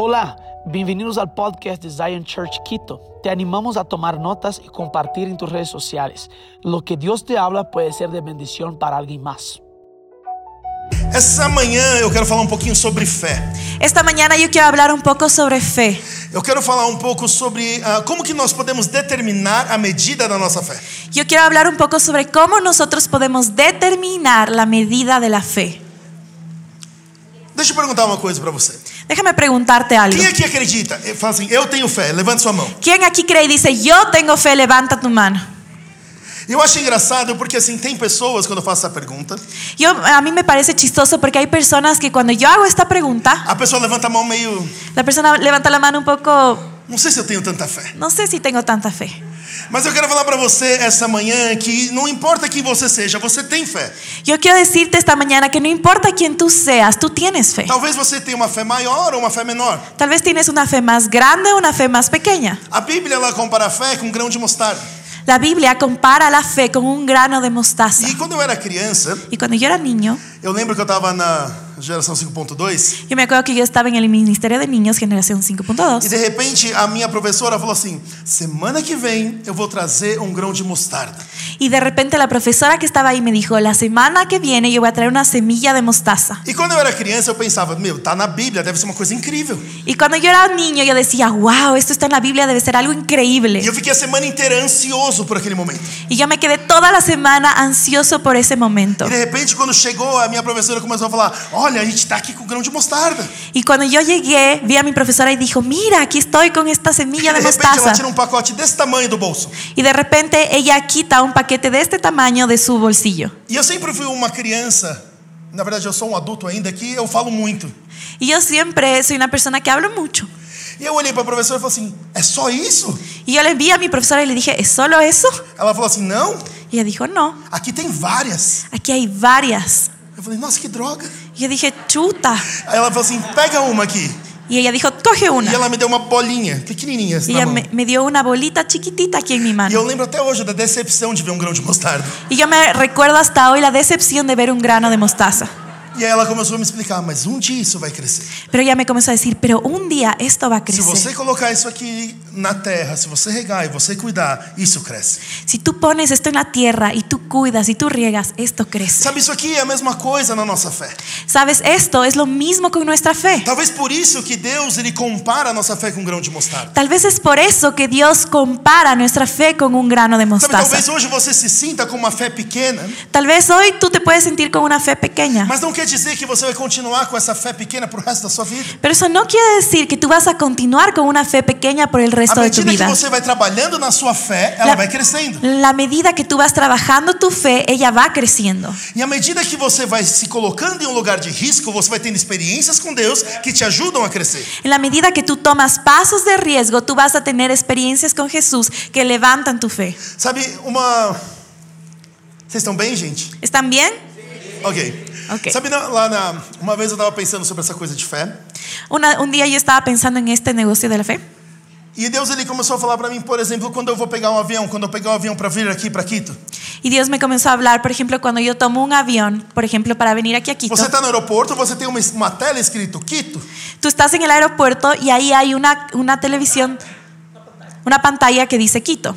Hola, bienvenidos al podcast de Zion Church Quito. Te animamos a tomar notas y compartir en tus redes sociales. Lo que Dios te habla puede ser de bendición para alguien más. Essa manhã eu quero falar um pouquinho sobre fé. Esta mañana yo quiero hablar un poco sobre fe. Eu quero falar um pouco sobre ah, como que nós podemos determinar a medida da nossa fé. Yo quiero hablar un poco sobre cómo nosotros podemos determinar la medida de la fe. Deixa eu perguntar uma coisa para você. Déjame preguntarte algo. Quem aqui acredita? Eh, Fala assim, eu tenho fé. Levante sua mão. ¿Quién aquí cree y dice, yo tengo fe, levanta tu mano? Eu acho engraçado porque assim tem pessoas quando eu faço essa pergunta, Yo, a mí me parece chistoso porque hay personas que cuando yo hago esta pregunta, a pessoa levanta a mão meio, la persona levanta la mano un poco, não sei se eu tenho tanta fé. no sé si tengo tanta fe. Mas eu quero falar para você essa manhã que não importa quem você seja, você tem fé. Yo quiero decirte esta mañana que no importa quién tú seas, tú tienes fe. Talvez você tenha uma fé maior ou uma fé menor. Tal vez tienes una fe más grande o una fe más pequeña. A Bíblia ela compara a fé com grão de mostarda. La Biblia compara la fe con un grano de mostaza. E quando eu era criança, Y cuando yo era niño, Eu lembro que eu tava na geração 5.2 yo me acuerdo que yo estaba en el Ministerio de Niños Generación e 5.2 de repente a minha professora falou assim: semana que vem eu vou trazer um grão de mostarda. y de repente la profesora que estaba ahí me dijo, la semana que viene yo voy a traer una semilla de mostaza. E quando eu era criança eu pensava: meu, tá na Bíblia, deve ser uma coisa incrível. Y cuando yo era niño yo decía, wow, esto está en la Biblia, debe ser algo E increíble. eu fiquei a semana inteira ansioso por aquele momento. Y yo me quedé toda la semana ansioso por ese momento. E de repente quando chegou a minha professora começou a falar: olha, a gente tá aqui com grão de mostarda. Y cuando yo llegué, vi a mi profesora y dijo, mira, aquí estoy con esta semilla de de repente ela mostaza. tira um pacote desse tamanho do bolso. Y de repente ella quita un paquete de este tamaño de su bolsillo. E eu sempre fui uma criança. Na verdade, eu sou um adulto ainda que eu falo muito. Y yo siempre soy una persona que hablo mucho. E eu olhei pra professora e falei assim: é só isso? Y yo le vi a mi profesora y le dije, ¿es solo eso? Ela falou assim: não, Y ella dijo, no, Aqui tem várias. aquí hay varias. Eu falei, nossa, que droga. Y yo dije, chuta. Aí ela falou assim, pega uma aqui. Y ella dijo, coge E una. ela me deu uma bolinha, pequenininha assim Y na ella mão. me, Ah, me dio una bolita chiquitita aquí en mi E mano. eu lembro até hoje da decepção de ver um grão de mostarda. Y yo me recuerdo hasta hoy la decepción de ver un grano de mostaza. E aí ela começou a me explicar, mas um dia isso vai crescer. Pero ella me comenzó a decir, pero un día esto va a Se crecer. você colocar isso aqui na terra, se você regar e você cuidar, isso cresce. Si tú pones esto en la tierra y tú cuidas y tú riegas, esto crece. Sabe, isso aqui é a mesma coisa na nossa fé. Sabes, esto es lo mismo con nuestra fe. Talvez por isso que Deus ele compara a nossa fé com um grão de mostarda. Tal vez es por eso que Dios compara nuestra fe con un grano de Sabe, mostaza. talvez hoje você se sinta com uma fé pequena, Tal vez hoy tú te puedes sentir con una fe pequeña, mas não quer dizer que você vai continuar com esa fé pequena pro resto da sua vida. pero eso no quiere decir que tú vas a continuar con una fe pequeña por el resto À de tu medida que vida. você vai trabalhando na sua fé, ela La- vai crescendo. La medida que tú vas trabajando tu fe, ella va creciendo. E à medida que você vai se colocando em um lugar de risco, você vai tendo experiências com Deus que te ajudam a crescer. En la medida que tú tomas pasos de riesgo, tú vas a tener experiencias con Jesús que levantan tu fe. Sabe, uma. Vocês estão bem, gente? ¿Están bien? Ok. Ok. Sabe, na- lá na. Uma vez eu tava pensando sobre essa coisa de fé. Una- un día yo estaba pensando en este negocio de la fe E Deus ele começou a falar para mí, por exemplo, quando eu vou pegar um avião, quando eu pegar um avião para vir aqui para Quito. y Dios me comenzó a hablar, por ejemplo, cuando yo tomo un avión, por ejemplo, para venir aquí a Quito. Você tá no aeroporto, você tem uma, uma tela escrito Quito. Tú estás en el aeropuerto y ahí hay una, una televisión, una pantalla que dice Quito.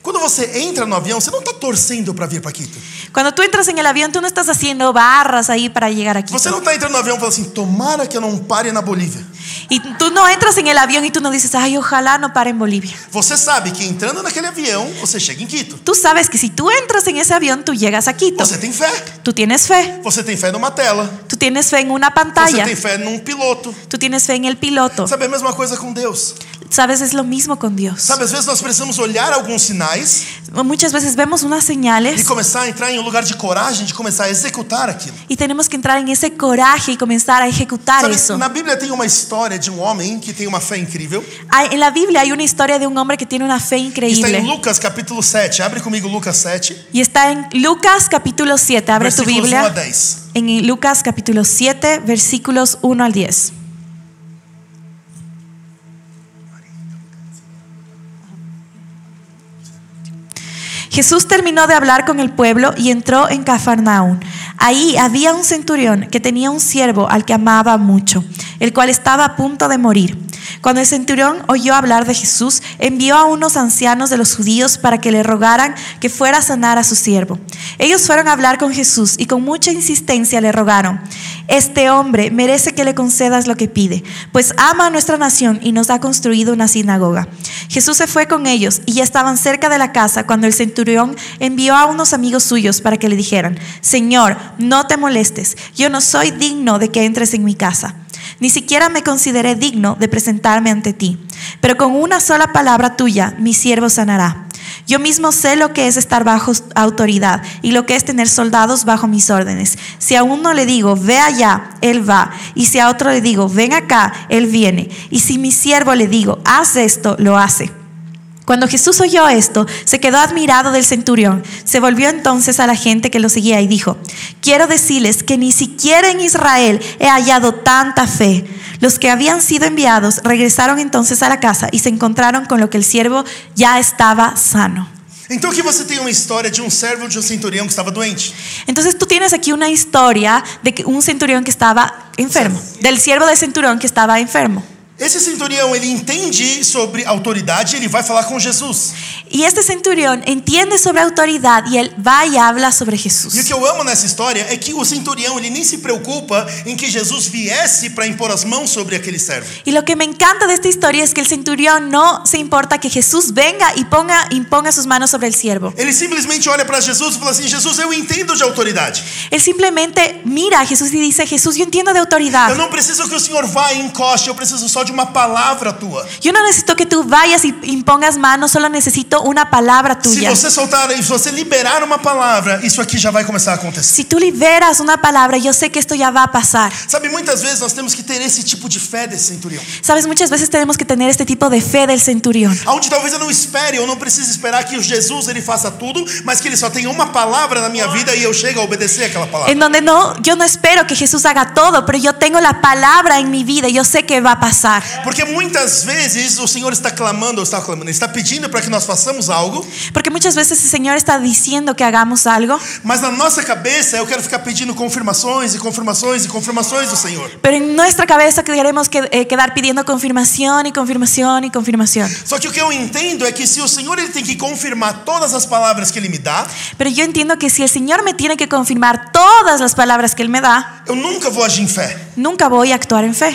Quando você entra no avião, você não tá torcendo para vir para Quito. Cuando tú entras en el avión, tú no estás haciendo barras ahí para llegar a Você Quito. não tá entrando no avião e fala assim, tomara que eu não pare na Bolívia. Y tú no entras en el avión y tú no dices, ay, ojalá no pare en Bolivia. Você sabe que entrando naquele avião, você chega em Quito. Tú sabes que si tú entras en ese avión, tú llegas a Quito. Você tem fé. Tú tienes fe. Você tem fé numa tela. Tú tienes fe en una Você pantalla. tem fé num piloto. Tú tienes fe en el piloto. Sabe a mesma coisa com Deus. Sabes, es lo mismo con Dios. Sabe, às vezes nós precisamos olhar alguns sinais Muchas veces vemos unas e señales começar a entrar em um lugar de coragem de começar a executar aquilo. y tenemos que entrar en ese coraje y comenzar a ejecutar Sabe, eso. na Bíblia tem uma história de um homem que tem uma fé incrível. Hay- En la Biblia hay una historia de un hombre que tiene una Que fe está em increíble. Lucas capítulo 7. Abre comigo Lucas 7, Y está en Lucas capítulo 7. Abre tu versículos 1 a Biblia. 10. En Lucas capítulo 7, versículos 1 al 10. Jesús terminó de hablar con el pueblo y entró en Cafarnaún. Ahí había un centurión que tenía un siervo al que amaba mucho. el cual estaba a punto de morir. Cuando el centurión oyó hablar de Jesús, envió a unos ancianos de los judíos para que le rogaran que fuera a sanar a su siervo. Ellos fueron a hablar con Jesús y con mucha insistencia le rogaron, este hombre merece que le concedas lo que pide, pues ama a nuestra nación y nos ha construido una sinagoga. Jesús se fue con ellos y ya estaban cerca de la casa cuando el centurión envió a unos amigos suyos para que le dijeran, Señor, no te molestes, yo no soy digno de que entres en mi casa. Ni siquiera me consideré digno de presentarme ante ti, pero con una sola palabra tuya mi siervo sanará. Yo mismo sé lo que es estar bajo autoridad y lo que es tener soldados bajo mis órdenes. Si a uno le digo, ve allá, él va. Y si a otro le digo, ven acá, él viene. Y si mi siervo le digo, haz esto, lo hace. Cuando Jesús oyó esto, se quedó admirado del centurión. Se volvió entonces a la gente que lo seguía y dijo, quiero decirles que ni siquiera en Israel he hallado tanta fe. Los que habían sido enviados regresaron entonces a la casa y se encontraron con lo que el siervo ya estaba sano. Então aqui você tem uma história de um servo de um centurião que estava doente. Entonces tú tienes aquí una historia de que un centurión que estaba enfermo, del siervo del centurión que estaba enfermo. Esse centurião, ele entende sobre autoridade, ele vai falar com Jesus. Y este centurión entiende sobre autoridad y él va y habla sobre E o Jesús. que eu amo nessa história é que o centurião, ele nem se preocupa em que Jesus viesse para impor as mãos sobre aquele servo. Y lo que me encanta de esta historia es que el centurión no se importa que Jesús venga y ponga, imponga sus manos sobre el siervo. Ele simplesmente olha para Jesus e fala assim: "Jesus, eu entendo de autoridade. Él simplemente mira a Jesús y dice, Jesús, yo entiendo de Eu autoridad. não preciso que o Senhor vá e encoste, eu preciso só de uma palavra tua. Yo no necesito que tú vayas y impongas manos, solo necesito una palabra Se tuya. você soltar, se você liberar uma palavra, isso aqui já vai começar a acontecer. Si tú liberas una palabra, yo sé que esto ya va a pasar. Sabe, muitas vezes nós temos que ter esse tipo de fé desse centurião. Sabes, muchas veces tenemos que tener este tipo de fe del centurión. Aonde talvez eu não espere, eu não preciso esperar que o Jesus ele faça tudo, mas que ele só tenha uma palavra na minha vida e eu chegue a obedecer aquela palavra. En donde no, yo no espero que Jesús haga todo, pero yo tengo la palabra en mi vida y yo sé que va a pasar. Porque muitas vezes o Senhor está clamando, ou está clamando, ele está pedindo para que nós façamos algo, Porque muchas veces el Señor está diciendo que hagamos algo, mas na nossa cabeça eu quero ficar pedindo confirmações e confirmações e confirmações do Senhor. pero en nuestra cabeza queremos que- eh, quedar pidiendo confirmación y confirmación y confirmación. Só que o que eu entendo é que se o Senhor ele tem que confirmar todas as palavras que ele me dá, Pero yo entiendo que si el Señor me tiene que confirmar todas las palabras que Él me da, eu nunca vou agir em fé. nunca voy a actuar en fe.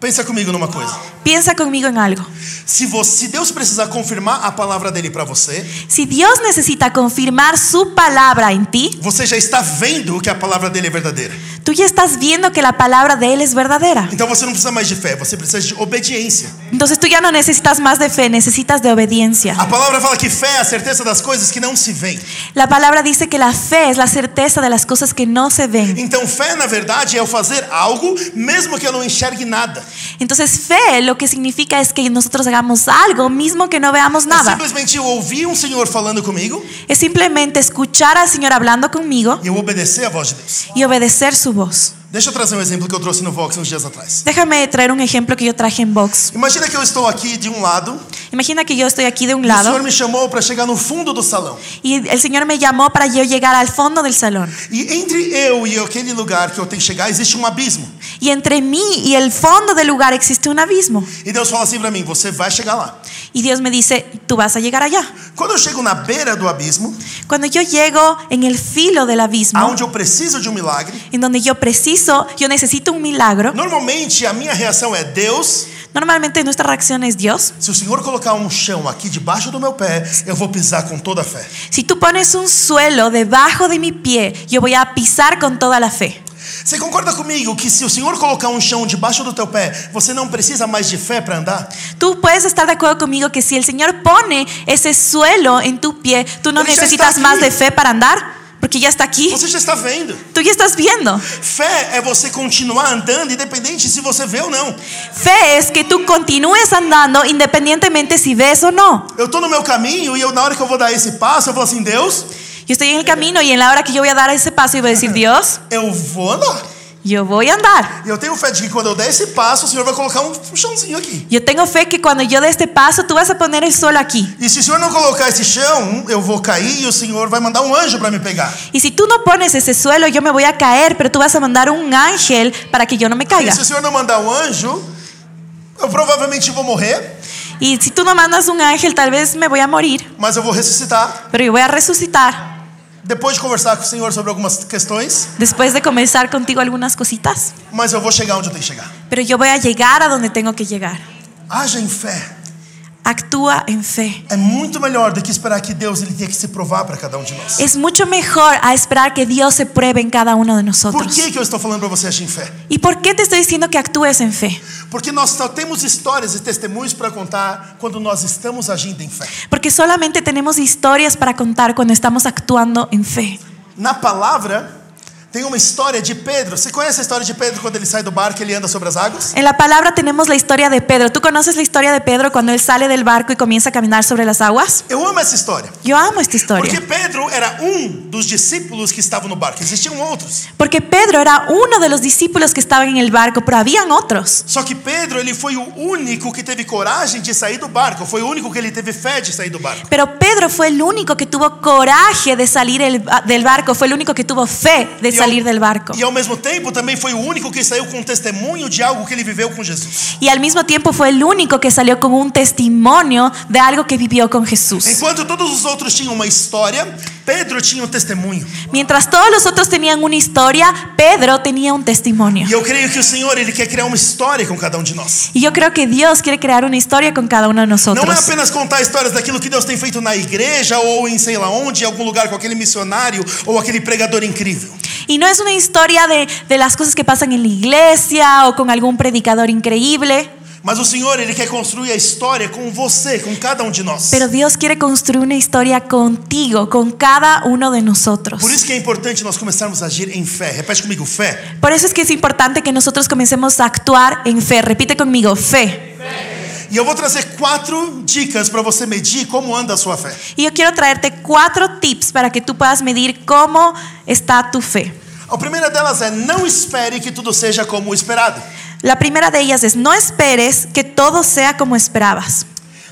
Pensa comigo numa coisa. Piensa conmigo en algo. Se, você, se Deus precisar confirmar a palavra dele para você, Si Dios necesita confirmar su palabra en ti, você já está vendo que a palavra dele é verdadeira. tú ya estás viendo que la palabra de Él es verdadera. Então você não precisa mais de fé, você precisa de obediência. Entonces tú ya no necesitas más de fe, necesitas de obediencia. A palavra fala que fé é a certeza das coisas que não se veem. La palabra dice que la fe es la certeza de las cosas que no se ven. Então fé, na verdade, é eu fazer algo mesmo que eu não enxergue nada. É Entonces fe lo que significa es que nosotros hagamos algo mismo que no veamos É nada. simplesmente eu ouvir um Senhor falando comigo Es simplemente escuchar al Señor hablando conmigo e eu obedecer a voz de Deus. y obedecer su voz. Deixa eu trazer um exemplo que eu trouxe no Vox uns dias atrás. Déjame traer un ejemplo que yo traje en Vox. Imagina que eu estou aqui de um lado, Imagina que yo estoy aquí de un e o Senhor lado me chamou para chegar no fundo do salão. y el Señor me llamó para yo llegar al fondo del salón. E entre eu e aquele lugar que eu tenho que chegar existe um abismo. Y entre mí y el fondo del lugar existe un abismo. E Deus fala assim para mim: você vai chegar lá. Y Dios me dice, tú vas a llegar allá. Quando eu chego na beira do abismo, Cuando yo llego en el filo del abismo, aonde eu preciso de um milagre, en donde yo preciso, yo necesito un milagro, normalmente a minha reação é: Deus, normalmente nuestra reacción es Dios. se o Senhor colocar um chão aqui debajo do meu pé, eu vou pisar com toda a fé. Si tú pones un suelo debajo de mi pie, yo voy a pisar con toda la fe. Você concorda comigo que se o Senhor colocar um chão debaixo do teu pé, você não precisa mais de fé para andar? Tú puedes estar de acuerdo conmigo que si el Señor pone ese suelo en tu pie, tú no Pero Pues ya está necesitas más aquí. de fe para andar, porque ya está aquí. Você já está vendo. Tú ya estás viendo. Fé é você continuar andando, independente se você vê ou não. Fe es que tú continúes andando independientemente si ves o no. Eu tô no meu caminho e eu, na hora que eu vou dar ese passo, eu falo assim: Deus, Yo estoy en el camino y en la hora que yo voy a dar ese paso y voy a decir, Dios, eu vou andar. E eu vou andar. E eu tenho fé de que quando eu der esse passo, o Senhor vai colocar um chãozinho aqui. E eu tenho fé que quando eu der este passo, tu vas a poner el suelo aqui. E se o Senhor não colocar esse chão, um, eu vou cair e o Senhor vai mandar um anjo para me pegar. Y si tú no pones ese suelo, yo me voy a caer, pero tú vas a mandar un ángel para que yo no me E caiga. se o Senhor não mandar um anjo, eu provavelmente vou morrer, Y si tú no mandas un ángel, tal vez me voy a morir, mas eu vou ressuscitar. pero yo voy a resucitar Depois de conversar com o Senhor sobre algumas questões, después de conversar contigo algunas cositas. mas eu vou chegar onde eu tenho que chegar. Pero yo voy a llegar a donde tengo que llegar. Haja em fé. Actúa en fe. É muito melhor do que esperar que Deus ele tenha que se provar para cada um de nós. Es mucho mejor a esperar que Dios se pruebe en cada uno de Por nosotros. que, que eu estou falando para você agir em fé? ¿Y por qué te estoy diciendo que actúes en fe? Porque nós só temos histórias e testemunhos para contar quando nós estamos agindo em fé. Porque solamente tenemos historias para contar cuando estamos actuando en fe. Na palavra, tem uma história de Pedro. Você conhece a história de Pedro quando ele sai do barco e ele anda sobre as águas? En la palabra tenemos la historia de Pedro. ¿Tú conoces la historia de Pedro cuando él sale del barco y comienza a caminar sobre las aguas? Eu amo essa história. Yo amo esta historia. Porque Pedro era um dos discípulos que estavam no barco. Existiam outros. Porque Pedro era uno de los discípulos que estaban en el barco, pero habían otros. Só que Pedro, ele foi o único que teve coragem de sair do barco. Foi o único que ele teve fé de sair do barco. Pero Pedro fue el único que tuvo coraje de salir el- del barco, fue el único que tuvo fe E ao- de salir del barco. E ao mesmo tempo também foi o único que saiu com testemunho de algo que ele viveu com Jesus. Y al mismo tiempo fue el único que salió con un testimonio de algo que vivió con Jesús. Enquanto todos os outros tinham uma história, Pedro tinha um testemunho. Mientras todos los otros tenían una historia, Pedro tenía un testimonio. E eu creio que o Senhor, ele quer criar uma história com cada um de nós. Y yo creo que Dios quiere crear una historia con cada uno de Não é nosotros. apenas contar histórias daquilo que Deus tem feito na igreja ou em sei lá onde, em algum lugar com aquele missionário ou aquele pregador incrível. Y no es una historia de, de las cosas que pasan en la iglesia o con algún predicador increíble, Mas o Senhor, ele quer construir a história com você, com cada um de nós. pero Dios quiere construir una historia contigo, con cada uno de nosotros. Por isso que é importante nós começarmos a agir em fé. Repete comigo, fé. Por eso es que es importante que nosotros comencemos a actuar en fe. Repite conmigo, fe. E eu vou trazer quatro dicas para você medir como anda a sua fé. Y yo quiero traerte cuatro tips para que tú puedas medir cómo está tu fe. A primeira delas é não espere que tudo seja como o esperado. La primera de ellas es, no esperes que todo sea como esperabas.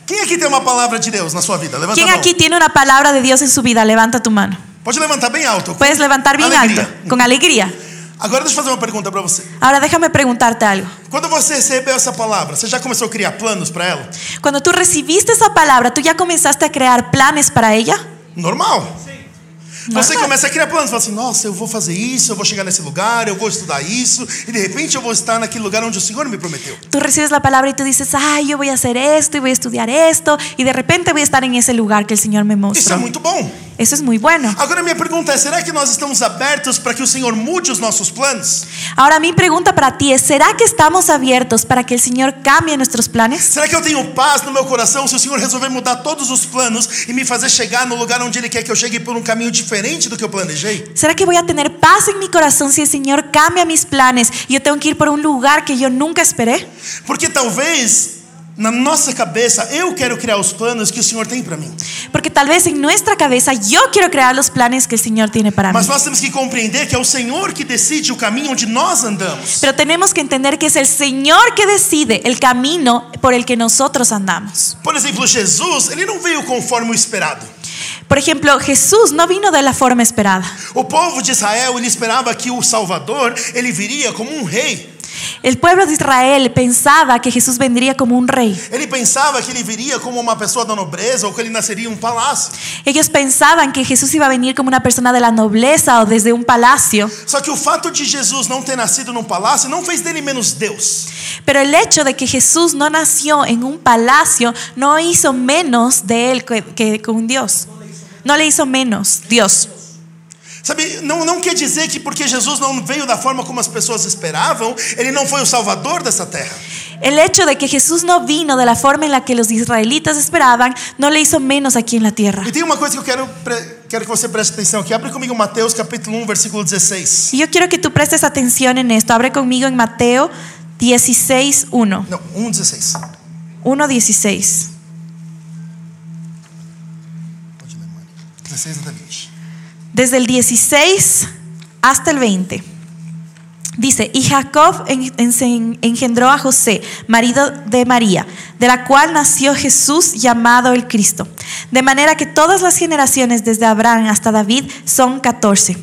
Quem aqui tem uma palavra de Deus na sua vida? Levanta ¿Quién a mão. aquí tiene una palabra de Dios en su vida? Levanta tu mano. Pode levantar bem alto. Puedes levantar bien Alegría. alto, con alegría. Agora deixa eu fazer uma pergunta para você. Ahora déjame preguntarte algo. Quando você recebeu essa palavra, você já começou a criar planos para ela? Cuando tú recibiste esa palabra, ¿tú ya comenzaste a crear planes para ella? Normal. Você Normal. começa a criar planos, fala assim: nossa, eu vou fazer isso, eu vou chegar nesse lugar, eu vou estudar isso, e de repente eu vou estar naquele lugar onde o Senhor me prometeu. Tú recibes la palabra y tú dices, ay, yo voy a hacer esto y voy a estudiar esto y de repente voy a estar en ese lugar que el Señor me Isso mostró. é muito bom. Eso es muy bueno. Agora, minha pergunta é: será que nós estamos abertos para que o Senhor mude os nossos planos? Ahora mi pregunta para ti es, ¿será que estamos abiertos para que el Señor cambie nuestros planes? Será que eu tenho paz no meu coração se o Senhor resolver mudar todos os planos e me fazer chegar no lugar onde Ele quer que eu chegue por um caminho diferente do que eu planejei? ¿Será que voy a tener paz en mi corazón si el Señor cambia mis planes y yo tengo que ir por un lugar que yo nunca esperé? Porque talvez. Na nossa cabeça, eu quero criar os planos que o Senhor tem para mim. Porque tal vez en nuestra cabeza yo quiero crear los planes que el Señor tiene para mí. Mas nós temos que compreender que é o Senhor que decide o caminho onde nós andamos. Pero tenemos que entender que es el Señor que decide el camino por el que nosotros andamos. Por exemplo, Jesus, ele não veio conforme o esperado. Por ejemplo, Jesús no vino de la forma esperada. O povo de Israel, ele esperava que o Salvador, ele viria como um rei. El pueblo de Israel pensaba que Jesús vendría como un rey. Ele pensava que ele viria como uma pessoa da nobreza ou que ele nasceria em um palácio. Ellos pensaban que Jesús iba a venir como una persona de la nobleza o desde un palacio. Só que o fato de Jesus não ter nascido num palácio não fez dele menos Deus. Pero el hecho de que Jesús no nació en un palacio no hizo menos de él que, que con Dios. No le hizo menos Dios. Sabe, não, não quer dizer que porque Jesus não veio da forma como as pessoas esperavam, ele não foi o salvador dessa terra. El hecho de que Jesús no vino de la forma en la que los israelitas esperaban, no le hizo menos aquí en la tierra. E tem uma coisa que eu quero, pre- quero que você preste atenção aqui. Abre comigo Mateus capítulo 1, versículo 16. Y yo quiero que tú prestes atención en esto. Abre conmigo en Mateo 16, 1. Não, 1, 16. 1, 16. Pode ler, mãe. 16 até 20. Desde el 16 hasta el 20. Dice, y Jacob en- en- engendró a José, marido de María, de la cual nació Jesús llamado el Cristo. De manera que todas las generaciones desde Abraham hasta David son 14.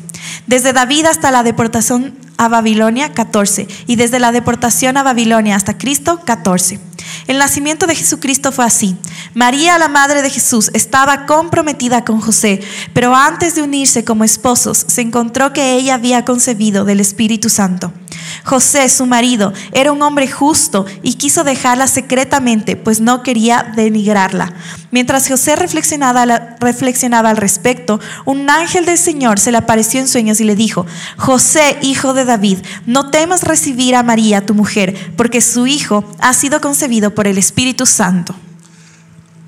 Desde David hasta la deportación a Babilonia, 14. Y desde la deportación a Babilonia hasta Cristo, 14. El nacimiento de Jesucristo fue así. María, la madre de Jesús, estaba comprometida con José, pero antes de unirse como esposos, se encontró que ella había concebido del Espíritu Santo. José, su marido, era un hombre justo y quiso dejarla secretamente, pues no quería denigrarla. Mientras José reflexionaba, la- reflexionaba al respecto, un ángel del Señor se le apareció en sueños y le dijo, José, hijo de David, no temas recibir a María, tu mujer, porque su hijo ha sido concebido por el Espíritu Santo.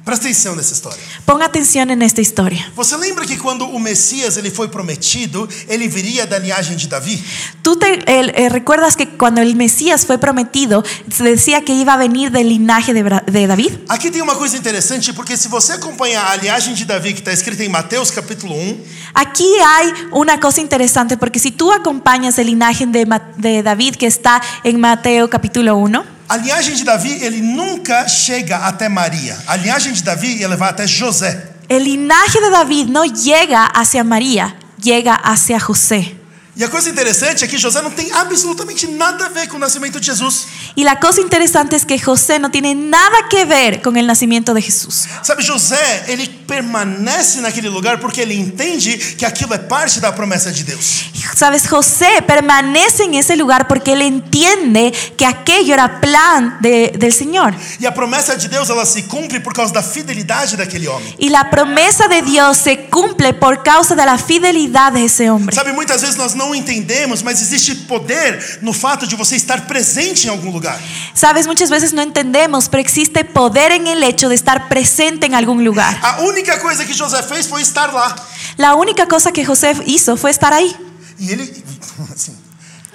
Presta atenção nessa história. Ponga atención en esta historia. Você lembra que quando o Messias ele foi prometido, ele viria da linhagem de Davi? Tú te el- eh, recuerdas que cuando el Mesías fue prometido, se decía que iba a venir del linaje de Bra- de David. Aqui tem uma coisa interessante, porque se você acompanhar a linhagem de Davi que está escrita em Mateus capítulo 1, Aquí hay una cosa interesante porque si tú acompañas el linaje de, Ma- de David que está en Mateo capítulo 1, a linhagem de Davi ele nunca chega até Maria. A linhagem de Davi ela vai até José. el linaje de David no llega hacia María, llega hacia José. E a coisa interessante é que José não tem absolutamente nada a ver com o nascimento de Jesus. Y la cosa interesante es que José no tiene nada que ver con el nacimiento de Jesús. Sabe, José, ele permanece naquele lugar porque ele entende que aquilo é parte da promessa de Deus. Sabes, José permanece en ese lugar porque él entiende que aquello era plan de- del Señor. E a promessa de Deus, ela se cumpre por causa da fidelidade daquele homem. Y la promesa de Dios se cumple por causa de la fidelidad de ese hombre. Sabe, muitas vezes nós não entendemos, mas existe poder no fato de você estar presente em algum lugar. Sabes, muchas veces no entendemos, pero existe poder en el hecho de estar presente en algún lugar. A única coisa que José fez foi estar lá. La única cosa que José hizo fue estar ahí. E ele, assim,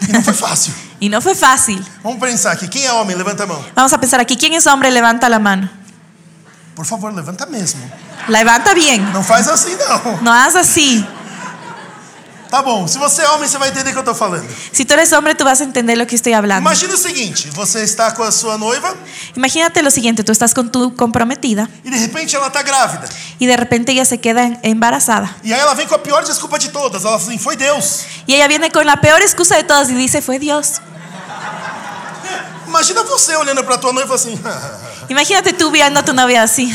e não foi fácil. Y no fue fácil. Vamos pensar aqui, quem é homem? Levanta a mão. Vamos a pensar aquí, ¿quién es hombre? Levanta la mano. Por favor, levanta mesmo. Levanta bien. Não faz assim, não. No haz así. Tá bom, se você é homem, você vai entender o que eu tô falando. Si tú eres hombre, tú vas a entender lo que estoy hablando. Imagina o seguinte, você está com a sua noiva Imagínate lo siguiente, tú estás con tu comprometida e de repente ela tá grávida. y de repente ella se queda en- embarazada. E aí ela vem com a pior desculpa de todas. Ela fala assim, foi Deus. Y ella viene con la peor excusa de todas y dice, fue Dios. Imagina você olhando pra tua noiva e falando assim, Imagínate tú viendo a tu novia así.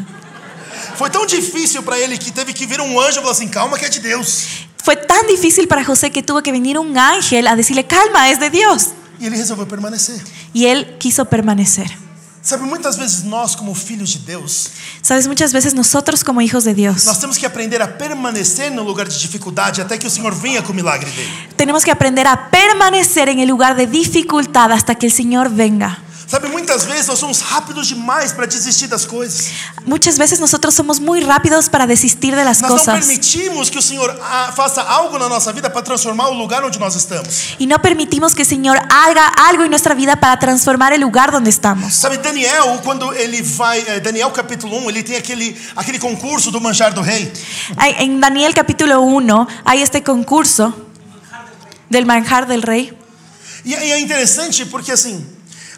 foi tão difícil pra ele que teve que vir um anjo e falar assim, calma que é de Deus. Fue tan difícil para José que tuvo que venir un ángel a decirle, calma, es de Dios. E ele resolveu permanecer. Y él quiso permanecer. Sabe, muitas vezes nós, como filhos de Deus, Sabes, muchas veces nosotros como hijos de Dios nós temos que aprender a permanecer no lugar de dificuldade até que o Senhor venha com o milagre dele. tenemos que aprender a permanecer en el lugar de dificultad hasta que el Señor venga. Sabe, muitas vezes nós somos rápidos demais pra desistir das coisas. Muchas veces nosotros somos muy rápidos para desistir de las Nós não cosas permitimos que o Senhor ah, faça algo na nossa vida pra transformar o lugar onde nós estamos. y no permitimos que el Señor haga algo en nuestra vida para transformar el lugar donde estamos. Sabe, Daniel, quando ele vai. eh, Daniel capítulo 1, ele tem aquele, aquele concurso do manjar do rei. Hay- En Daniel capítulo 1 hay este concurso del manjar del rey. E, e é interessante porque, assim,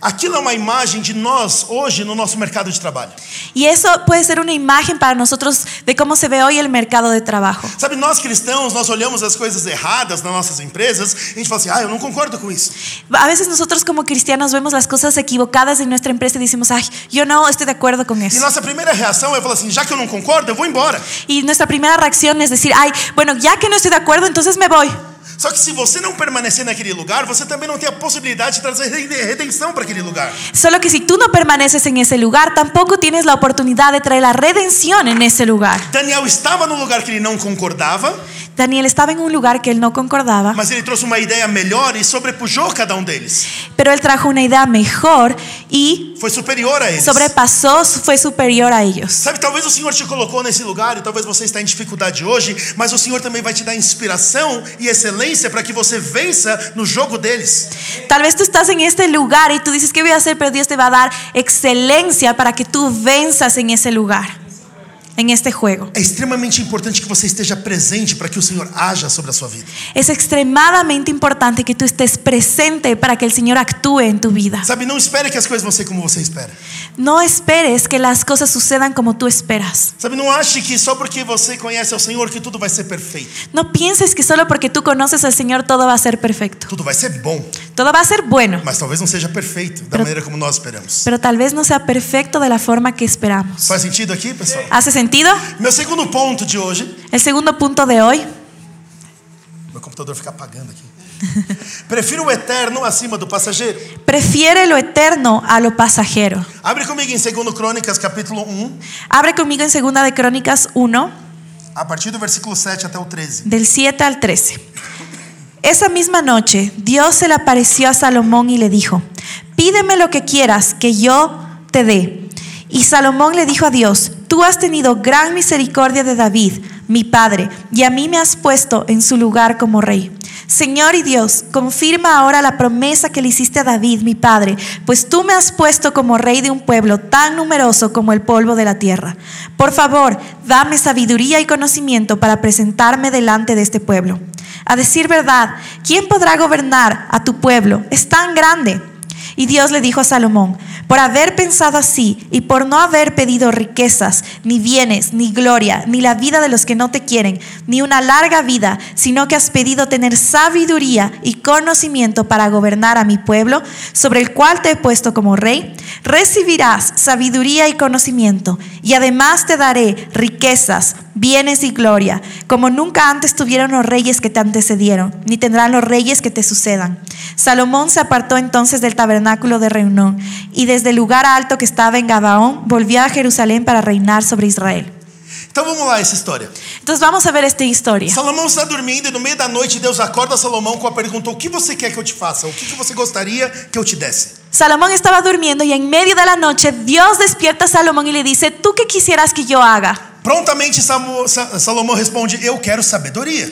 aquilo é uma imagem de nós hoje no nosso mercado de trabalho. Y eso puede ser una imagen para nosotros de cómo se ve hoy el mercado de trabajo. Sabe, nós cristãos, nós olhamos as coisas erradas nas nossas empresas e a gente fala assim: ah, eu não concordo com isso. A veces nosotros como cristianos vemos las cosas equivocadas en nuestra empresa y decimos, ay, yo no estoy de acuerdo con E eso. nossa primeira reação é falar assim: já que eu não concordo, eu vou embora. Y nuestra primera reacción es decir, ay, bueno, ya que no estoy de acuerdo, entonces me voy. Só que se você não permanecer naquele lugar, você também não tem a possibilidade de trazer rede- redenção para aquele lugar. Solo que si tú no permaneces en ese lugar, tampoco tienes la oportunidad de traer la redención en ese lugar. Daniel estava no lugar que ele não concordava. Daniel estaba en un lugar que él no concordaba, Mas ele trouxe uma ideia melhor e sobrepujou cada um deles. pero él trajo una idea mejor y Foi superior a eles. sobrepasó, fue superior a ellos. Sabe, talvez o Senhor te colocou nesse lugar e talvez você está em dificuldade hoje, mas o Senhor também vai te dar inspiração e excelência para que você vença no jogo deles. Tal vez tú estás en este lugar y tú dices, ¿qué voy a hacer? Pero Dios te va a dar excelencia para que tú venzas en ese lugar. en este juego. É extremamente importante que você esteja presente para que o Senhor haja sobre a sua vida. Es extremadamente importante que tú estés presente para que el Señor actúe en tu vida. Sabe, não espere que as coisas vão ser como você espera. No esperes que las cosas sucedan como tú esperas. Sabe, não ache que só porque você conhece ao Senhor que tudo vai ser perfeito. No pienses que solo porque tú conoces al Señor todo va a ser perfecto. Tudo vai ser bom, Todo va a ser bueno, mas talvez não seja perfeito da maneira como nós esperamos. pero tal vez no sea perfecto de la forma que esperamos. Faz sentido aqui, pessoal? ¿Hace sentido? Meu segundo ponto de hoje, El segundo punto de hoy. meu computador fica apagando aqui. Prefiro o eterno acima do passageiro. Prefiere lo eterno a lo pasajero. Abre comigo em 2 Crônicas, capítulo 1, Abre conmigo en Segunda de Crónicas 1, a partir do versículo 7 até o 13. del 7 al 13. Esa misma noche, Dios se le apareció a Salomón y le dijo, pídeme lo que quieras que yo te dé. Y Salomón le dijo a Dios, tú has tenido gran misericordia de David, mi padre, y a mí me has puesto en su lugar como rey. Señor y Dios, confirma ahora la promesa que le hiciste a David, mi padre, pues tú me has puesto como rey de un pueblo tan numeroso como el polvo de la tierra. Por favor, dame sabiduría y conocimiento para presentarme delante de este pueblo. A decir verdad, ¿quién podrá gobernar a tu pueblo? Es tan grande. Y Dios le dijo a Salomón, por haber pensado así y por no haber pedido riquezas, ni bienes, ni gloria, ni la vida de los que no te quieren, ni una larga vida, sino que has pedido tener sabiduría y conocimiento para gobernar a mi pueblo, sobre el cual te he puesto como rey, recibirás sabiduría y conocimiento, y además te daré riquezas, bienes y gloria, como nunca antes tuvieron los reyes que te antecedieron, ni tendrán los reyes que te sucedan. Salomón se apartó entonces del tabernáculo de reunión y desde el lugar alto que estaba en Gabaón volvió a Jerusalén para reinar sobre Israel. Então vamos lá, essa história. Entonces vamos a ver esta historia. Salomão está dormindo e no meio da noite Deus acorda Salomão com a pergunta: O que você quer que eu te faça? O que, que você gostaria que eu te desse? Salomón estaba durmiendo y en medio de la noche Dios despierta a Salomón y le dice, ¿tú qué quisieras que yo haga? Prontamente Samu- Sa- Salomão responde: Eu quero sabedoria.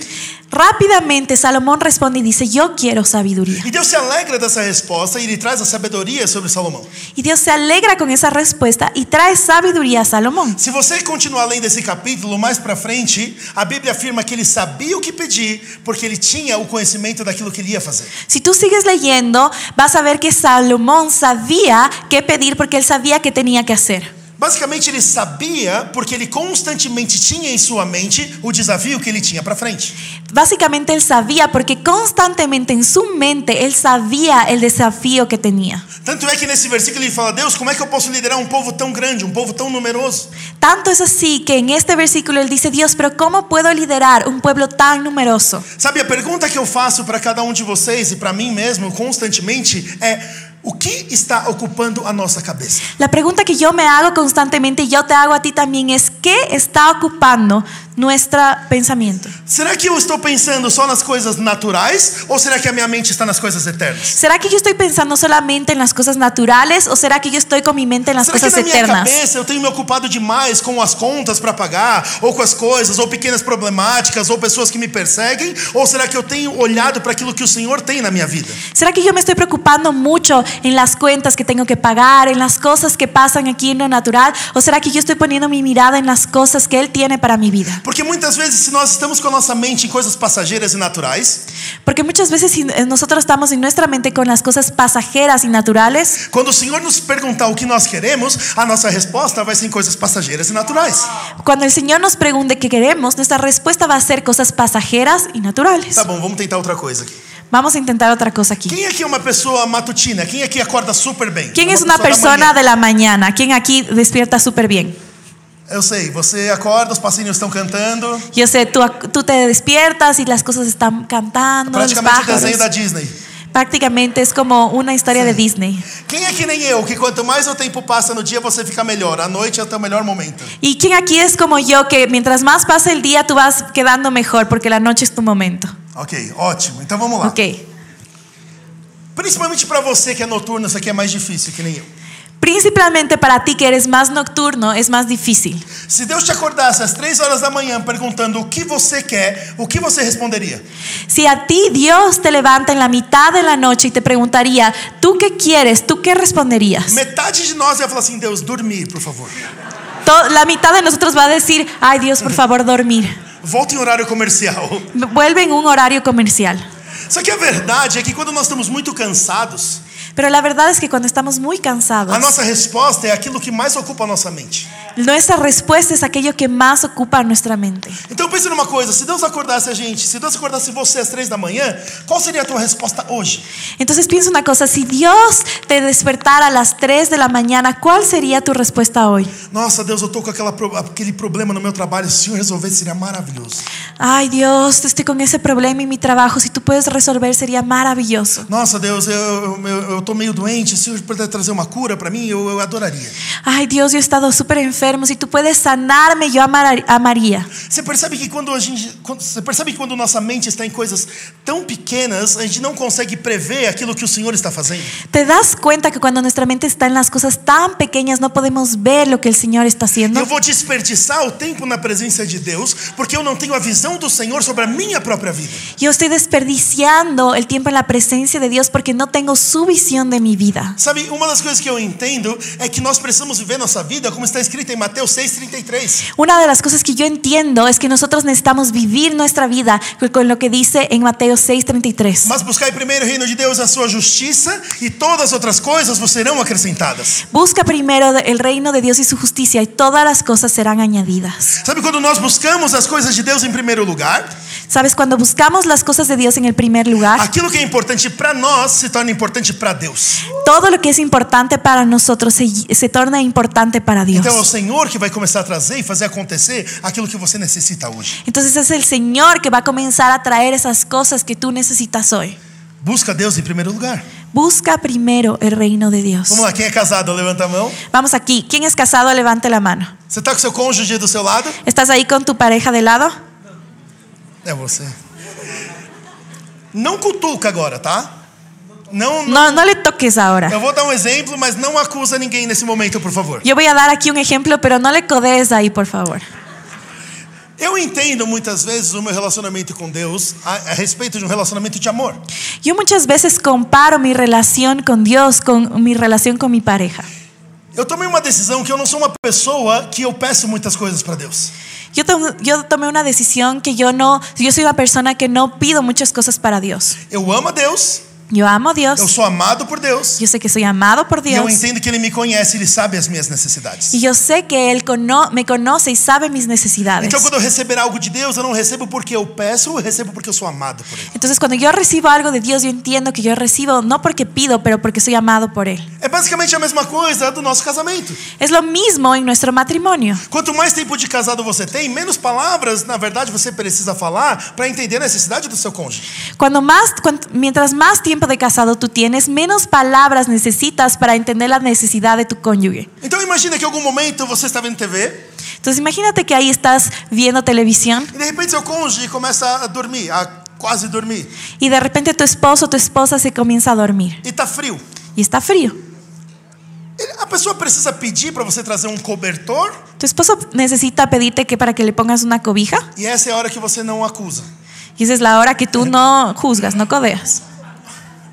Rápidamente Salomón responde y dice, yo quiero sabiduría. E Deus se alegra dessa resposta e ele traz a sabedoria sobre Salomão. Y Dios se alegra con esa respuesta y trae sabiduría a Salomón. Se você continuar lendo esse capítulo mais pra frente, a Bíblia afirma que ele sabia o que pedir, porque ele tinha o conhecimento daquilo que ele ia fazer. Si tú sigues leyendo, vas a ver que Salomón sabía qué pedir porque él sabía qué tenía que hacer. Basicamente, ele sabia porque ele constantemente tinha em sua mente o desafio que ele tinha pra frente. Básicamente él sabía porque constantemente en su mente él sabía el desafío que tenía. Tanto é que nesse versículo ele fala: Deus, como é que eu posso liderar um povo tão grande, um povo tão numeroso? Tanto es así que en este versículo él dice, Dios, pero ¿cómo puedo liderar un pueblo tan numeroso? Sabe, a pergunta que eu faço pra cada um de vocês e pra mim mesmo constantemente é: o que está ocupando a nossa cabeça? La pregunta que yo me hago constantemente y yo te hago a ti también es, ¿qué está ocupando nuestro pensamiento? Será que eu estou pensando só nas coisas naturais ou será que a minha mente está nas coisas eternas? ¿Será que yo estoy pensando solamente en las cosas naturales o será que yo estoy con mi mente en las Será que cosas na minha eternas? cabeça eu tenho me ocupado demais com as contas para pagar, ou com as coisas, ou pequenas problemáticas, ou pessoas que me perseguem? Ou será que eu tenho olhado para aquilo que o Senhor tem na minha vida? ¿Será que yo me estoy preocupando mucho en las cuentas que tengo que pagar, en las cosas que pasan aquí en lo natural? ¿O será que yo estoy poniendo mi mirada en las cosas que Él tiene para mi vida? Porque muitas vezes, se nós estamos com a nossa mente em coisas passageiras e naturais, Porque muchas veces si eh, nosotros estamos en nuestra mente con las cosas pasajeras y naturales, quando o Senhor nos perguntar o que nós queremos, a nossa resposta vai ser em coisas passageiras e naturais. cuando el Señor nos pregunte qué queremos, nuestra respuesta va a ser cosas pasajeras y naturales. Tá bom, vamos tentar outra coisa aqui. Vamos a intentar otra cosa aquí. Quem aqui é uma pessoa matutina? Quem aqui acorda super bem? ¿Quién es una da é persona manhã? de la mañana? ¿Quién aquí despierta súper bien? Eu sei, você acorda, os passarinhos estão cantando. Yo sé, tú, ac- tú te despiertas y las cosas están cantando, los Praticamente o pájaros. desenho da Disney. Prácticamente es como una historia de Disney. Quem é que nem eu, que quanto mais o tempo passa no dia, você fica melhor. À noite é o teu melhor momento. ¿Y quién aquí es como yo que mientras más pasa el día tú vas quedando mejor porque la noche es tu momento? Ok, ótimo. Então vamos lá. Ok. Principalmente pra você que é noturno, isso aqui é mais difícil que nem eu. Principalmente para ti que eres más nocturno es más difícil. Se Deus te acordasse às três horas da manhã perguntando o que você quer, o que você responderia? Si a ti Dios te levanta en la mitad de la noche y te preguntaría, ¿tú qué quieres? ¿Tú qué responderías? Metade de nós ia falar assim: Deus, dormir, por favor. to- la mitad de nosotros va a decir, ay Dios, por favor, dormir. Volta em horário comercial. Vuelve en un horario comercial. Só que a verdade é que quando nós estamos muito cansados, Pero la verdad es que cuando estamos muy cansados, a nossa resposta é aquilo que mais ocupa a nossa mente. nuestra respuesta es aquello que más ocupa nuestra mente. Então pense numa coisa, se Deus acordasse a gente, se Deus acordasse você às três da manhã, qual seria a tua resposta hoje? Entonces piensa una cosa, si Dios te despertara a las 3 de la mañana, ¿cuál sería tu respuesta hoy? Nossa, Deus, eu tô com aquela pro- aquele problema no meu trabalho, se o Senhor resolvesse seria maravilhoso. Ay Dios, estoy con ese problema en mi trabajo, si tú puedes resolver sería maravilloso. Nossa, Deus, eu, eu, eu, eu tô meio doente, se o Senhor puder trazer uma cura para mim, eu, eu adoraria. Ay Dios, yo he estado súper enfermo, si tú puedes sanarme, yo amar- amaría. Você percebe que quando a gente, quando- você percebe que quando nossa mente está em coisas tão pequenas, a gente não consegue prever aquilo que o Senhor está fazendo. ¿Te das cuenta que cuando nuestra mente está en las cosas tan pequeñas no podemos ver lo que el Señor está E Eu haciendo? vou desperdiçar o tempo na presença de Deus, porque eu não tenho a visão do Senhor sobre a minha própria vida. Yo estoy desperdiciando el tiempo en la presencia de Dios porque no tengo su visión de mi vida. Sabe, uma das coisas que eu entendo é que nós precisamos viver nossa vida como está escrito em Mateus 6:33. Una de las cosas que yo entiendo es que nosotros necesitamos vivir nuestra vida con- con lo que dice en Mateo 6:33. Mas buscai primeiro o reino de Deus, a sua justiça, e todas as outras coisas vos serão acrescentadas. Busca primero de- el reino de Dios y su justicia y todas las cosas serán añadidas. Sabe quando nós buscamos as coisas de Deus em primeiro lugar, ¿Sabes? Cuando buscamos las cosas de Dios en el primer lugar, aquilo que é importante para nós se torna importante para Deus. todo lo que es importante para nosotros se, se torna importante para Dios. Então é o Senhor que vai começar a trazer e fazer acontecer aquilo que você necessita hoje. Entonces es el Señor que va a comenzar a traer esas cosas que tú necesitas hoy. Busca Deus em primeiro lugar. Busca primero el reino de Dios. Vamos lá, quem é casado, levanta a mão. Vamos aquí. ¿Quién es casado? Levante la mano. Você tá com seu cônjuge do seu lado? ¿Estás ahí con tu pareja de lado? É você. Não cutuca agora, tá? Não, No, no le toques ahora. Eu vou dar um exemplo, mas não acusa ninguém nesse momento, por favor. Yo voy a dar aquí un ejemplo, pero no le codees ahí, por favor. Eu entendo muitas vezes o meu relacionamento com Deus a, a respeito de um relacionamento de amor. Yo muchas veces comparo mi relación con Dios con mi relación con mi pareja. Eu tomei uma decisão que eu não sou uma pessoa que eu peço muitas coisas pra Deus. Yo, tom- yo tomé una decisión que yo no, yo soy una persona que no pido muchas cosas para Dios. Eu amo a Deus, Yo amo a eu Dios, sou amado por Deus, yo sé que soy amado por e eu Dios entendo que Ele me conhece, Ele sabe as minhas necessidades. y yo sé que Él cono- me conoce y sabe mis necesidades. Então, quando eu receber algo de Deus, eu não recebo porque eu peço, eu recebo porque eu sou amado por Ele. Entonces cuando yo recibo algo de Dios, yo entiendo que yo recibo no porque pido, pero porque soy amado por Él. É basicamente a mesma coisa do nosso casamento. Es lo mismo en nuestro matrimonio. Quanto mais tempo de casado você tem, menos palavras, na verdade, você precisa falar para entender a necessidade do seu cônjuge. Cuando más, cuan- mientras más tiempo de casado tú tienes, menos palabras necesitas para entender la necesidad de tu cónyuge. Então imagina que em algum momento você está vendo TV Entonces imagínate que ahí estás viendo televisión e de repente seu cônjuge começa a dormir, a quase dormir, y de repente tu esposo o tu esposa se comienza a dormir e tá frio. y está frío. Ele- A pessoa precisa pedir para você trazer um cobertor Tu esposo necesita pedirte que para que le pongas una cobija e essa é a hora que você não acusa. y esa es la hora que tú no juzgas, no codeas,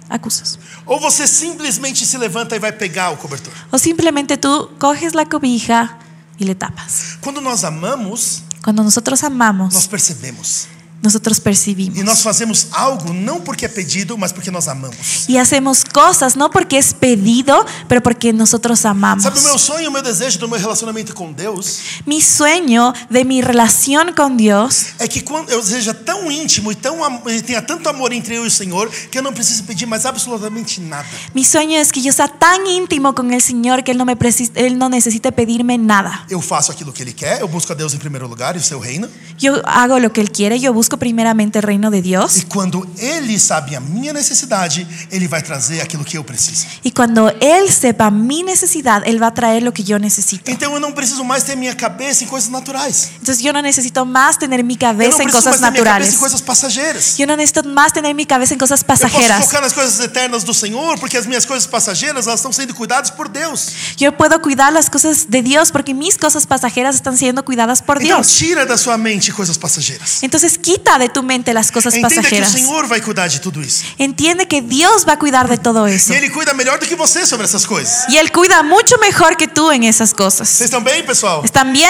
acusas. Ou você simplesmente se levanta e vai pegar o cobertor. O simplemente tú coges la cobija y le tapas. Quando nós amamos, Cuando nosotros nós amamos, percebemos. nosotros E percibimos. nós fazemos algo não porque é pedido, mas porque nós amamos. Y hacemos cosas no porque es pedido, pero porque nosotros amamos. Sabe o meu sonho, o meu desejo do meu relacionamento com Deus? Mi sueño de mi relación con Dios É que quando eu seja tão íntimo e, tão, am- e tenha tanto amor entre eu e o Senhor que eu não preciso pedir mais absolutamente nada. Mi sueño es que yo sea tan íntimo con el Señor que Él no, me preci- Él no necesite pedirme nada. Eu faço aquilo que Ele quer, eu busco a Deus em primeiro lugar e o seu reino. Yo hago lo que Él quiere, yo busco primeramente el reino de E Dios. quando Ele sabe a minha necessidade, Ele vai trazer aquilo que eu preciso. Y cuando Él sepa mi necesidad, Él va a traer lo que yo necesito. Então eu não preciso mais ter minha cabeça em coisas naturais. Entonces yo no necesito más tener Eu mi não cabeza en preciso cosas mais ter minha cabeça em naturales. coisas passageiras. Yo no necesito más tener mi cabeza en cosas Eu posso pasajeras. focar nas coisas eternas do Senhor, porque as minhas coisas passageiras elas estão sendo cuidadas por Deus. Yo puedo cuidar las cosas de Dios porque mis cosas pasajeras están siendo cuidadas por Então Dios. tira da sua mente coisas passageiras. Entonces quita de tu mente las cosas Entenda que o pasajeras. Senhor vai cuidar de tudo isso. Entiende que Dios va a cuidar de todo E eso. Ele cuida melhor do que você sobre essas coisas. Y Él cuida mucho mejor que tú en esas cosas. Vocês estão bem, pessoal? ¿Están bien?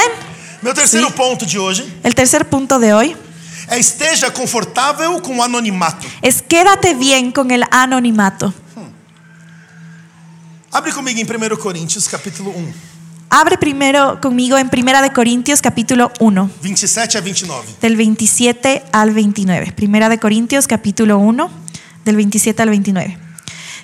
Meu terceiro Sim. ponto de hoje El tercer punto de hoy é esteja confortável com o anonimato. es quédate bien con el anonimato. Abre comigo em 1 Coríntios, capítulo 1, Abre primero conmigo en Primera de Corintios capítulo 1, 27 a 29. del 27 al 29. Primera de Corintios capítulo 1, del 27 al 29.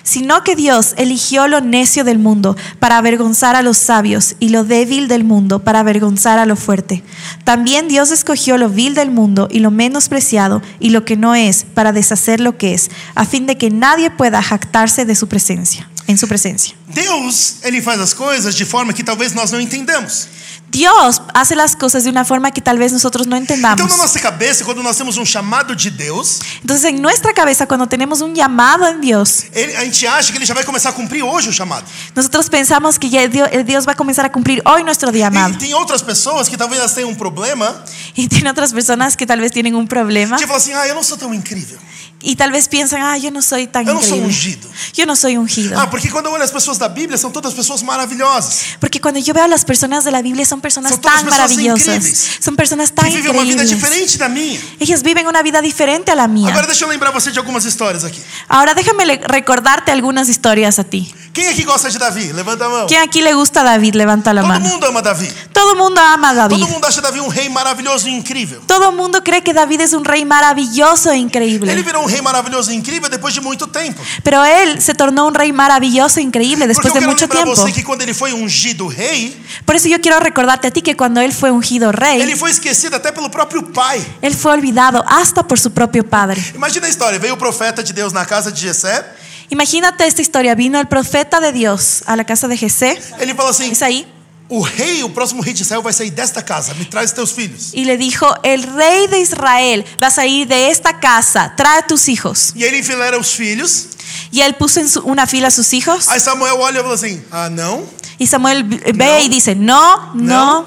Sino que Dios eligió lo necio del mundo para avergonzar a los sabios y lo débil del mundo para avergonzar a lo fuerte. También Dios escogió lo vil del mundo y lo menospreciado y lo que no es para deshacer lo que es, a fin de que nadie pueda jactarse de su presencia, en su presencia. Deus, ele faz as coisas de forma que talvez nós não entendamos. Dios hace las cosas de una forma que tal vez nosotros no entendamos. Então, na nossa cabeça, quando nós temos um chamado de Deus, Entonces, en nuestra cabeza, cuando tenemos un llamado en Dios, ele- a gente acha que ele já vai começar a cumprir hoje o chamado. nosotros pensamos que ya Dios, el Dios va a comenzar a cumplir hoy nuestro E llamado. tem outras pessoas que talvez elas tenham um problema, Y tiene otras personas que tal vez tienen un problema que falam assim: ah, eu não sou tão incrível. y tal vez piensan, ah, yo no soy tan Eu não sou increíble. ungido. Yo no soy ungido. Ah, porque quando eu olho as pessoas da Bíblia, são todas pessoas maravilhosas. Porque cuando yo veo a las personas de la Biblia, son personas Son todas tan personas maravillosas. increíbles. Son personas Que tan vivem uma vida increíbles. diferente da minha. Ellas viven una vida diferente a la mía. Agora deixa eu lembrar você de algumas histórias aqui. Ahora déjame le- recordarte algunas historias a ti. Quem aqui gosta de Davi? Levanta a mão. ¿Quién aquí le gusta a David? Levanta la Todo mano. mundo ama Davi. Todo mundo ama a David. Todo mundo acha Davi um rei maravilhoso e incrível. Todo mundo cree que David es un rey maravilloso e Ele increíble. virou um rei maravilhoso e incrível depois de muito tempo. Pero él se tornó un rey maravilloso e increíble Porque después eu de quero mucho lembrar tiempo. você que quando ele foi ungido rei, Por eso yo quiero recordarte a ti que cuando él fue ungido ele rey, foi esquecido até pelo próprio pai. él fue olvidado hasta por su propio padre. Imagina a história, veio o profeta de Deus na casa de Jessé, Imagínate esta historia. Vino el profeta de Dios a la casa de Jesé, ele falou assim: es ahí, "O rei, o próximo rei de Israel vai sair desta casa, me traz teus filhos". y le dijo, el rey de Israel va a salir de esta casa, trae a tus hijos. E ele enfileira os filhos. Y él puso en su- una fila a sus hijos. Aí Samuel olha e fala assim: "Ah, não? Y Samuel ve y dice, no, no,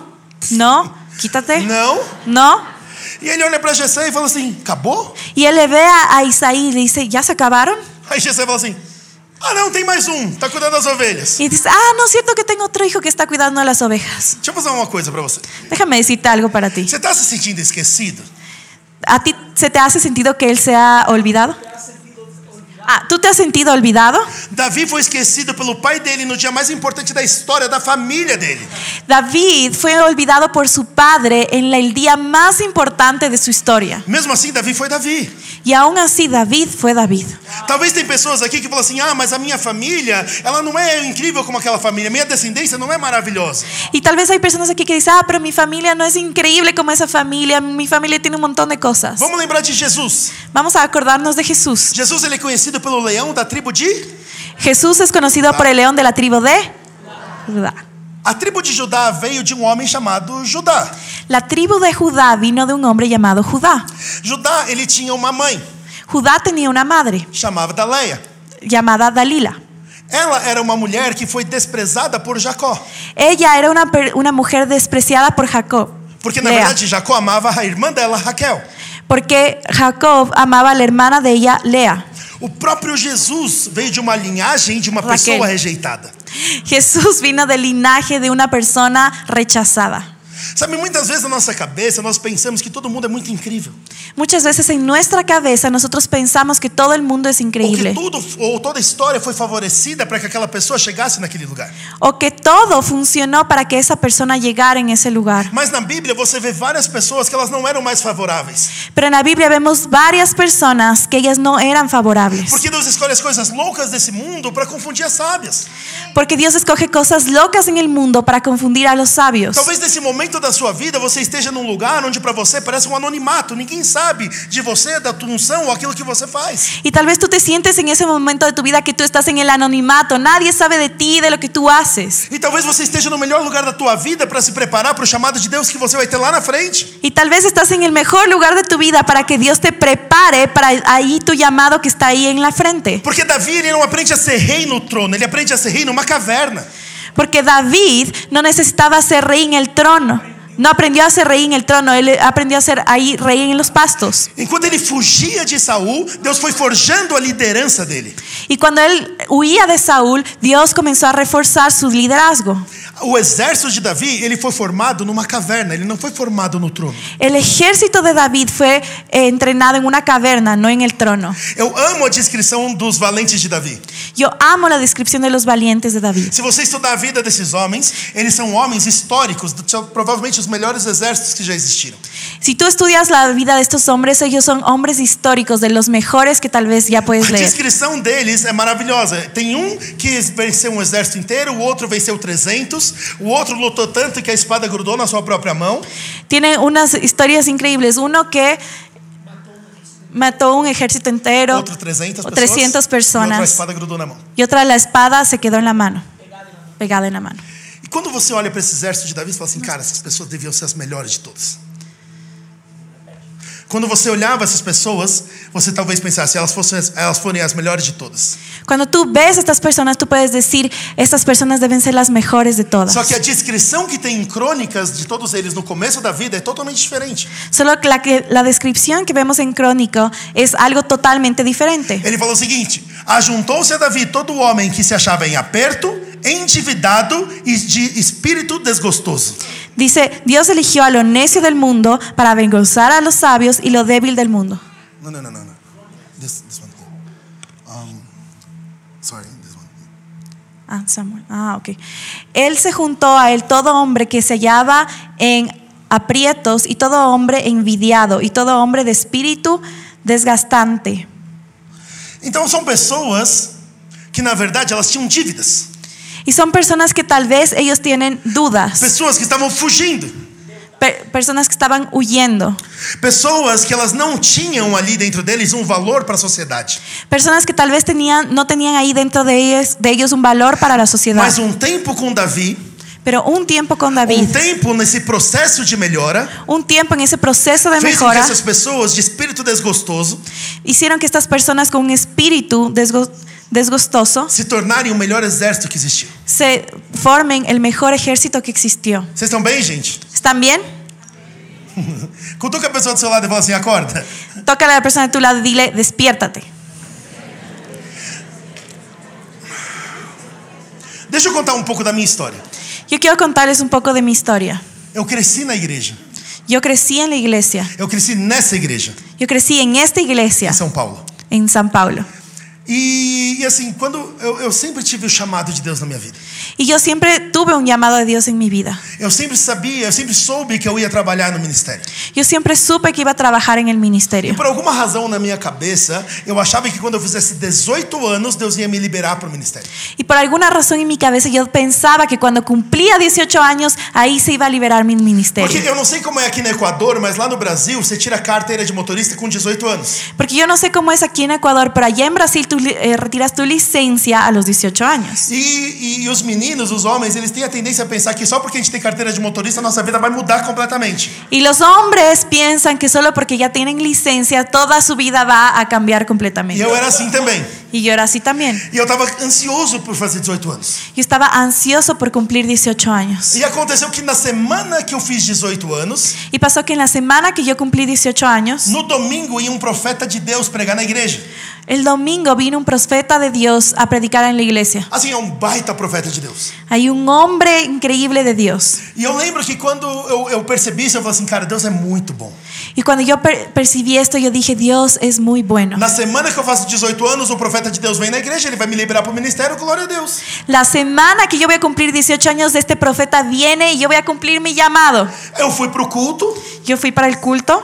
no, quítate. Não?" No. E ele olha para Jessé e fala assim: "Acabou?" Y él le ve a, a Isaí y le dice, ¿ya se acabaron? Aí Jessé fala assim: "Ah, não, tem mais um, tá cuidando das ovelhas". Y dice, ah, no es cierto que tengo otro hijo que está cuidando a las ovejas. Deixa eu fazer uma coisa para você. Déjame decirte algo para ti. Você tá se sentindo esquecido? ¿A ti se te hace sentido que él se ha olvidado? Ah, ¿tú te has sentido olvidado? Davi foi esquecido pelo pai dele no dia mais importante da história da família dele. David fue olvidado por su padre en la- el día más importante de su historia. Mesmo assim, Davi foi Davi. Y aún así David fue David. Talvez tem pessoas aqui que falam assim: "Ah, mas a minha família, ela não é incrível como aquela família. Minha descendência não é maravilhosa". Y tal vez hay personas aquí que dicen, ah, pero mi familia no es increíble como esa familia, mi familia tiene un montón de cosas. Vamos lembrar de Jesus. Vamos a acordarnos de Jesús. Jesus ele é conhecido pelo leão da tribo de Jesús es conocido por el león de la tribu de Judá. A tribo de Judá veio de um homem chamado Judá. La tribu de Judá vino de un hombre llamado Judá. Judá, ele tinha uma mãe, Judá tenía una madre chamava Daleia. llamada Dalila. Ela era uma mulher que foi desprezada por Jacó, Ella era una, per- una mujer despreciada por Jacob. porque na Lea. verdade Jacó amava a irmã dela, Raquel. Porque Jacob amaba a la hermana de ella, Lea. O próprio Jesus veio de uma linhagem de uma Raquel. pessoa rejeitada. Jesús vino del linaje de una persona rechazada. Sabe, muitas vezes na nossa cabeça nós pensamos que todo mundo é muito incrível, Muchas veces en nuestra cabeza nosotros pensamos que todo el mundo ou es que increíble tudo ou toda a história foi favorecida para que aquela pessoa chegasse naquele lugar. o que todo funcionó para que esa persona llegara en ese lugar. Mas na Bíblia você vê várias pessoas que elas não eram mais favoráveis, Pero en la Biblia vemos varias personas que ellas no eran favorables. porque Deus escolhe as coisas loucas desse mundo para confundir as sábias. Porque Dios escoge cosas locas en el mundo para confundir a los sabios. Talvez nesse momento da sua vida você esteja num lugar onde para você parece um anonimato, ninguém sabe de você, da tua unção ou aquilo que você faz. Y tal vez tú te sientes en ese momento de tu vida que tú estás en el anonimato. Nadie sabe de ti, de lo que tú haces. E talvez você esteja no melhor lugar da tua vida para se preparar para o chamado de Deus que você vai ter lá na frente. Y tal vez estás en el mejor lugar de tu vida para que Dios te prepare para ahí tu llamado que está ahí en la frente. Porque Davi ele não aprende a ser rei no trono, ele aprende a ser rei numa caverna. Porque David no necesitaba ser rey en el trono. No aprendió a ser rey en el trono, él aprendió a ser ahí rey en los pastos. Enquanto ele fugia de Saul, Deus foi forjando a liderança dele. Y cuando él huía de Saúl, Dios comenzó a reforzar su liderazgo. O exército de Davi, ele foi formado numa caverna, ele não foi formado no trono. El ejército de David fue eh, entrenado en una caverna, no en el trono. Eu amo a descrição dos valentes de Davi. Yo amo la descripción de los valientes de David. Se você estudar a vida desses homens, eles são homens históricos, são provavelmente os melhores exércitos que já existiram. Si tú estudias la vida de estos hombres, ellos son hombres históricos, de los mejores que tal vez ya A puedes leer. descrição deles é maravilhosa. Tem um que venceu um exército inteiro, o outro venceu 300, o outro lutou tanto que a espada grudou na sua própria mão. Tiene unas historias increíbles. Uno que mató un ejército entero Outro 300 o pessoas. 300 E outro a personas. espada grudou na mão. Y otra la espada se quedó en la mano, pegada en la mano. E quando você olha para esse exército de Davi, você fala assim, cara, essas pessoas deviam ser as melhores de todas. Quando você olhava essas pessoas, você talvez pensasse, elas, fossem, elas forem as melhores de todas. Cuando tú ves a estas personas, tú puedes decir, estas personas deben ser las mejores de todas. Só que a descrição que tem em crônicas de todos eles no começo da vida é totalmente diferente. Solo que la, que- la descripción que vemos en Crónico es algo totalmente diferente. Ele falou o seguinte: Ajuntou-se a Davi todo homem que se achava em aperto, endividado e de espírito desgostoso. Dice, Dios eligió a lo necio del mundo para venganzar a los sabios y lo débil del mundo. Não, não, não, não. não. This, this one. Um, sorry, this one. Ah, Samuel. Ah, ok. Él se juntó a él todo hombre que se hallaba en aprietos y todo hombre envidiado y todo hombre de espíritu desgastante. Então são pessoas que na verdade elas tinham dívidas, Y son personas que tal vez ellos tienen dudas, pessoas que estavam fugindo, per- personas que estaban huyendo, pessoas que elas não tinham ali dentro deles um valor para a sociedade. personas que tal vez tenían, no tenían ahí dentro de ellos, de ellos un valor para la sociedad. Mas um tempo com Davi, Pero un tiempo con um David, tempo nesse processo de melhora, un tiempo en ese proceso de fez com que mejora, essas pessoas de espírito desgostoso hicieron que estas personas con un espíritu desgo- desgostoso se tornarem o melhor exército que existiu. se formen el mejor ejército que existió. Vocês estão bem, gente? ¿Están bien? Cutuca a pessoa do seu lado e fala assim: acorda. Tócale a la persona de tu lado y dile, despiértate. Deixa eu contar um pouco da minha história. Yo quiero contarles un poco de mi historia. Eu cresci na igreja. Yo crecí en la iglesia. Eu cresci nessa igreja, Yo crecí en esta iglesia, em São Paulo. en San Pablo. E, e assim, quando eu, eu sempre tive o chamado de Deus na minha vida. Y yo siempre tuve un llamado de Dios en mi vida. Eu sempre sabia, eu sempre soube que eu ia trabalhar no ministério. Yo siempre supe que iba a trabajar en el ministerio. Por alguma razão na minha cabeça, eu achava que quando eu fizesse 18 anos, Deus ia me liberar para o ministério. Y por alguna razón en mi cabeza yo pensaba que cuando cumplía 18 años, ahí se iba a liberar mi Porque ministerio. eu não sei como é aqui no Equador, mas lá no Brasil, você tira a carteira de motorista com 18 anos. Porque yo no sé cómo es aquí en Ecuador, pero allá en Brasil tú li- eh, retiras tu licencia a los 18 años. E, e- e os meninos, os homens, eles têm a tendência a pensar que só porque a gente tem carteira de motorista, a nossa vida vai mudar completamente. Y los hombres piensan que solo porque ya tienen licencia, toda su vida va a cambiar E completamente. eu era assim também. Y yo era así también. E eu tava ansioso por fazer 18 anos. Yo estaba ansioso por cumplir 18 años. E aconteceu que na semana que eu fiz 18 anos, Y pasó que en la semana que yo cumplí 18 años, no domingo ia um profeta de Deus pregar na igreja. El domingo vino un profeta de Dios a predicar en la iglesia. Assim, é um baita profeta de Deus. Hay un hombre increíble de Dios. E eu lembro que quando eu, eu percebi isso, eu falei assim, cara, Deus é muito bom. Y cuando yo per- percibí esto, yo dije, Dios es muy bueno. Na semana que eu faço 18 anos, o profeta de Deus vem na igreja, ele vai me liberar pro ministério, glória a Deus. La semana que yo voy a cumplir 18 años, este profeta viene y yo voy a cumplir mi llamado. Eu fui pro culto, Yo fui para el culto